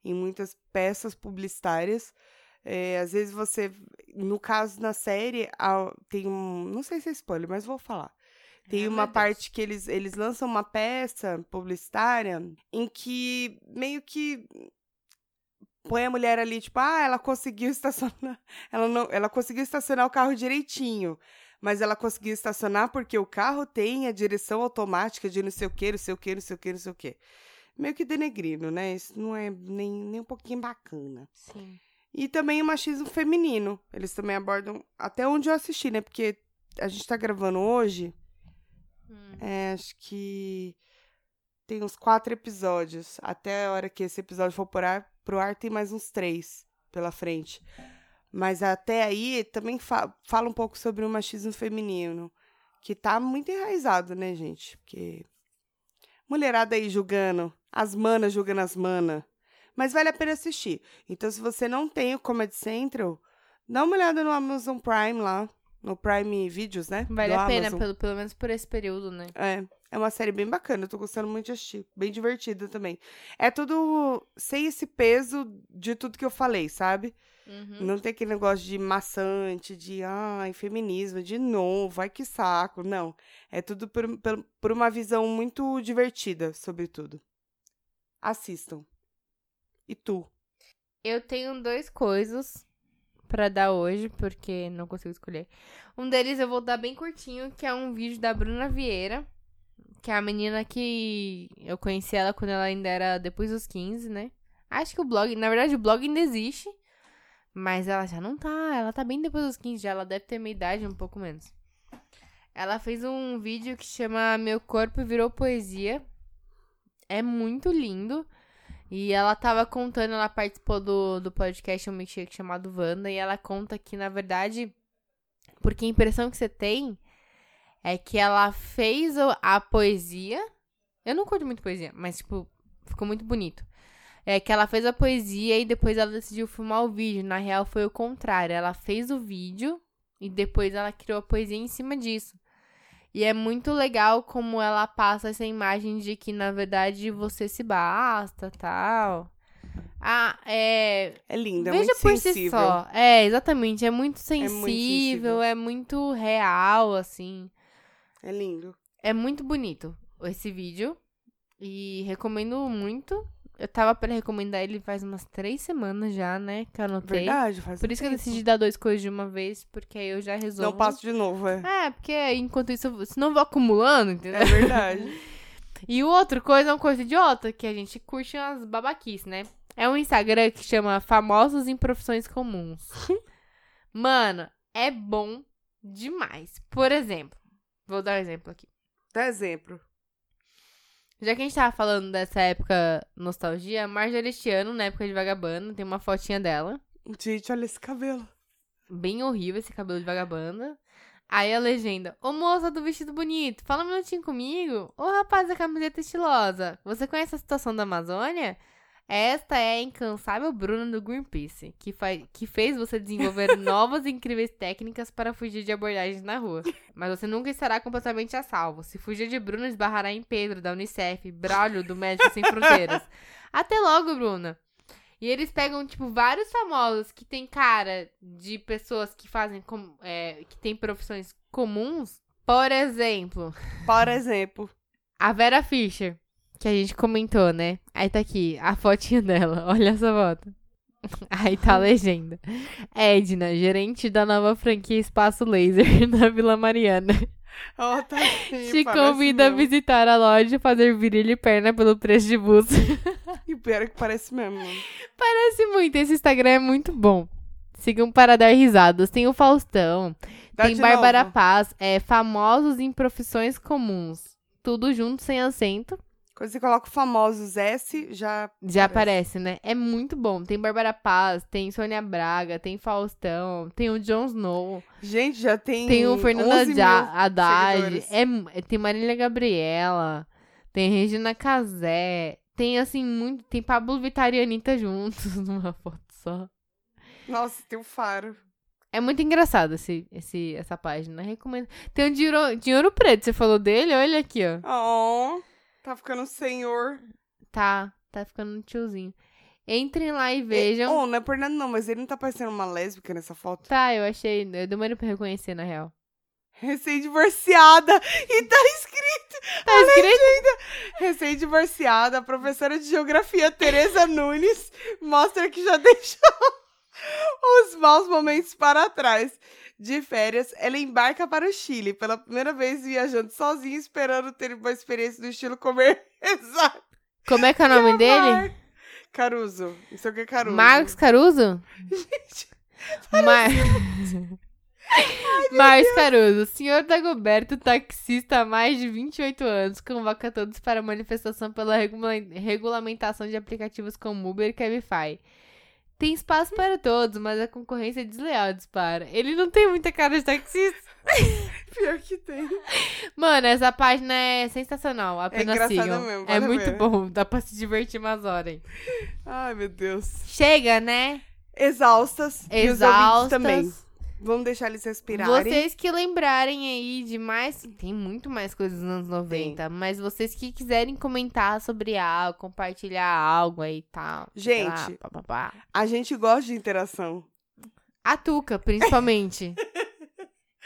B: em muitas peças publicitárias. É, às vezes você. No caso, na série, a- tem um. Não sei se é spoiler, mas vou falar. Tem
C: Ah,
B: uma
C: meu Deus.
B: parte que eles, eles lançam uma peça publicitária em que meio que põe a mulher ali, tipo, ah, ela conseguiu estacionar. Ela, não, ela conseguiu estacionar o carro direitinho. Mas ela conseguiu estacionar porque o carro tem a direção automática de não sei o que, não sei o que, não sei o que, não sei o que. Meio que denegrindo, né? Isso não é nem, nem um pouquinho bacana.
C: Sim.
B: E também o machismo feminino. Eles também abordam até onde eu assisti, né? Porque a gente tá gravando hoje.
C: Hum.
B: É, acho que tem uns quatro episódios. Até a hora que esse episódio for pro ar, pro ar tem mais uns três pela frente. Mas até aí também fa- fala um pouco sobre o machismo feminino. Que tá muito enraizado, né, gente? Porque. Mulherada aí julgando. As manas julgando as manas. Mas vale a pena assistir. Então, se você não tem o Comedy Central, dá uma olhada no Amazon Prime lá. No Prime Videos, né?
C: Vale
B: Do
C: a pena,
B: Amazon.
C: pelo, pelo menos por esse período, né?
B: É, é uma série bem bacana, eu tô gostando muito de assistir. Bem divertida também. É tudo sem esse peso de tudo que eu falei, sabe?
C: Uhum.
B: Não tem aquele negócio de maçante, de ai, feminismo, de novo, ai que saco. Não. É tudo por, por, por uma visão muito divertida, sobretudo. Assistam. E tu?
C: Eu tenho dois coisas pra dar hoje, porque não consigo escolher. Um deles eu vou dar bem curtinho, que é um vídeo da Bruna Vieira, que é a menina que eu conheci ela quando ela ainda era depois dos 15, né? Acho que o blog, na verdade o blog ainda existe, mas ela já não tá, ela tá bem depois dos 15 já, ela deve ter minha idade, um pouco menos. Ela fez um vídeo que chama Meu Corpo Virou Poesia. É muito lindo. E ela tava contando, ela participou do, do podcast Um Milkshake chamado Wanda, e ela conta que, na verdade, porque a impressão que você tem é que ela fez o- a poesia. Eu não curto muito poesia, mas, tipo, ficou muito bonito. É que ela fez a poesia e depois ela decidiu filmar o vídeo. Na real, foi o contrário. Ela fez o vídeo e depois ela criou a poesia em cima disso. E é muito legal como ela passa essa imagem de que, na verdade, você se basta, tal. Ah, é.
B: É linda, é
C: Veja
B: muito
C: por si
B: sensível.
C: só. É, exatamente. É muito
B: muito sensível.
C: sensível, é muito real, assim.
B: É lindo.
C: É muito bonito esse vídeo. E recomendo muito. eu tava pra recomendar ele faz umas três semanas já, né? Que eu anotei.
B: É Verdade, faz
C: Por isso que eu
B: tempo.
C: decidi dar dois coisas de uma vez, porque aí eu já resolvo.
B: Não passo de novo, é.
C: É, porque enquanto isso, eu vou- senão eu vou acumulando, entendeu?
B: É verdade.
C: E o outro coisa é uma coisa idiota, que a gente curte umas babaquices, né? É um Instagram que chama Famosos em Profissões Comuns. Mano, é bom demais. Por exemplo, vou dar um exemplo aqui.
B: Dá exemplo.
C: Já que a gente tava falando dessa época nostalgia, a Marjorie este ano, na época de Vagabanda, tem uma fotinha dela.
B: Gente, olha esse cabelo.
C: Bem horrível esse cabelo de vagabanda. Aí a legenda, ô moça do vestido bonito, fala um minutinho comigo. Ô rapaz da camiseta é estilosa, você conhece a situação da Amazônia? Esta é a incansável Bruna do Greenpeace, que, faz, que fez você desenvolver novas e incríveis técnicas para fugir de abordagens na rua. Mas você nunca estará completamente a salvo. Se fugir de Bruna, esbarrará em Pedro, da Unicef, Braulio, do Médicos Sem Fronteiras. Até logo, Bruna. E eles pegam, tipo, vários famosos que tem cara de pessoas que fazem, com- é, que tem profissões comuns. Por exemplo,
B: Por exemplo.
C: a Vera Fischer, que a gente comentou, né? Aí tá aqui, a fotinha dela. Olha essa foto. Aí tá a legenda. Edna, gerente da nova franquia Espaço Laser na Vila Mariana.
B: Ó, tá assim, parece
C: Te convida a
B: mesmo.
C: visitar a loja e fazer virilha e perna pelo preço de buço.
B: E pior é que parece mesmo. mano.
C: Parece muito, esse Instagram é muito bom. Sigam para dar risadas. Tem o Faustão,
B: Dá Tá de
C: tem Bárbara
B: novo.
C: Paz, é famosos em profissões comuns. Tudo junto, sem acento.
B: Quando você coloca o famosos S, já.
C: Já
B: Parece.
C: aparece, né? É muito bom. Tem Bárbara Paz, tem Sônia Braga, tem Faustão, tem o Jon Snow,
B: Gente, já tem.
C: tem o
B: 11
C: Fernando
B: mil.
C: ja Haddad,
B: seguidores.
C: é, mu- é- tem Marília Gabriela, tem Regina Casé, tem assim muito. Tem Pablo Vittar e Anitta juntos numa foto só.
B: Nossa, tem um faro.
C: É muito engraçado esse, esse, essa página. né? Recomendo. Tem o de ouro, de Ouro preto, você falou dele? Olha aqui, ó.
B: Oh, tá ficando um senhor.
C: Tá, tá ficando um tiozinho. Entrem lá e
B: E-
C: vejam.
B: oh, não é por nada não, mas ele não tá parecendo uma lésbica nessa foto.
C: Tá, eu achei. Eu demorei pra reconhecer, na real.
B: Recém-divorciada. E tá escrito.
C: Tá escrito?
B: Recém-divorciada, a professora de geografia Tereza Nunes mostra que já deixou os maus momentos para trás. De férias, ela embarca para o Chile, pela primeira vez viajando sozinha, esperando ter uma experiência do estilo comer. Exato.
C: Como é que é o nome dele?
B: Caruso. Isso aqui é Caruso.
C: Marcos Caruso?
B: Gente,
C: Mar... Marcos Caruso, senhor Dagoberto, taxista há mais de 28 anos, convoca todos para manifestação pela regula- regulamentação de aplicativos como Uber e Cabify. Tem espaço para todos, mas a concorrência é desleal, dispara. Ele não tem muita cara de taxista.
B: pior que tem.
C: Mano, essa página é sensacional, apenas
B: engraçada
C: sigam.
B: mesmo,
C: é
B: vale a
C: muito
B: pena.
C: bom, dá pra se divertir umas horas. hein?
B: Ai, meu Deus.
C: Chega, né?
B: Exaustas. E os ouvintes
C: Exaustas.
B: também. Vamos deixar eles respirarem.
C: Vocês que lembrarem aí de mais. Tem muito mais coisas nos anos 90. Mas vocês que quiserem comentar sobre algo, compartilhar algo aí e tal. sei lá,
B: Gente.
C: pá, pá, pá.
B: A gente gosta de interação.
C: A Tuca, principalmente.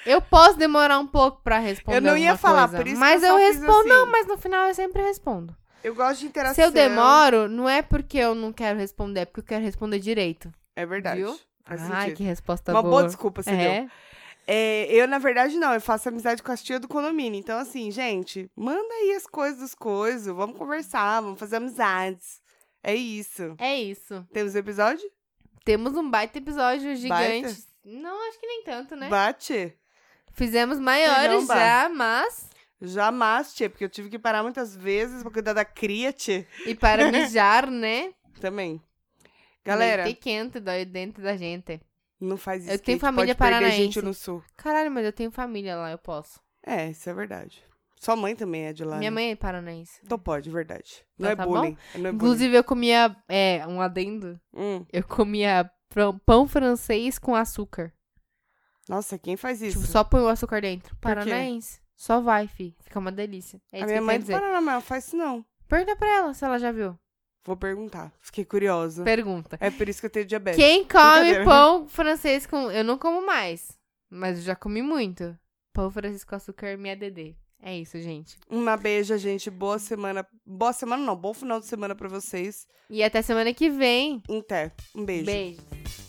C: eu posso demorar um pouco pra responder.
B: Eu não ia
C: alguma
B: falar,
C: coisa,
B: por isso
C: Mas
B: que eu, só fiz
C: respondo.
B: assim.
C: Não, mas no final eu sempre respondo.
B: Eu gosto de interação.
C: Se eu demoro, não é porque eu não quero responder, é porque eu quero responder direito.
B: É verdade.
C: Viu?
B: Faz
C: Ai,
B: sentido.
C: que resposta
B: Uma
C: boa.
B: boa desculpa, você deu.
C: é.
B: É, eu, na verdade, não. Eu faço amizade com a tia do condomínio. Então, assim, gente, manda aí as coisas dos coisas. Vamos conversar, vamos fazer amizades. É isso.
C: é isso.
B: Temos episódio?
C: Temos um baita episódio gigante.
B: Baita?
C: Não, acho que nem tanto, né?
B: Bate.
C: Fizemos maiores
B: Não, Bá.
C: já, mas.
B: Jamais, tia, porque eu tive que parar muitas vezes pra cuidar da cria, tia.
C: E para mijar, né?
B: Também. Galera,
C: Tem quente dói dentro da gente.
B: não faz isso.
C: Eu
B: que
C: tenho
B: a gente pode
C: família
B: perder
C: paranaense.
B: gente no sul.
C: Caralho, mas eu tenho família lá, eu posso.
B: É, isso é verdade. Sua mãe também é de lá.
C: Minha
B: né?
C: mãe é paranaense.
B: Então pode, verdade. Não
C: Então
B: é
C: tá
B: bullying. Não é bullying.
C: Inclusive, eu comia. É, um adendo.
B: Hum.
C: Eu comia pr- pão francês com açúcar.
B: Nossa, quem faz isso?
C: Tipo, só põe o açúcar dentro. Paranaense. Só vai, fi. Fica uma delícia. É isso
B: a
C: que
B: minha
C: eu
B: mãe
C: quero
B: do
C: dizer.
B: Paraná, mas ela faz isso não.
C: Pergunta pra ela se ela já viu.
B: Vou perguntar. Fiquei curiosa.
C: Pergunta.
B: É por isso que eu tenho diabetes.
C: Quem come
B: Brincadeira.
C: pão francês com. Eu não como mais, mas eu já comi muito. Pão francês com açúcar, minha DD. É isso, gente.
B: Uma beija, gente. Boa semana. Boa semana não, bom final de semana pra vocês.
C: E até semana que vem.
B: Em té. Um beijo.
C: Beijo.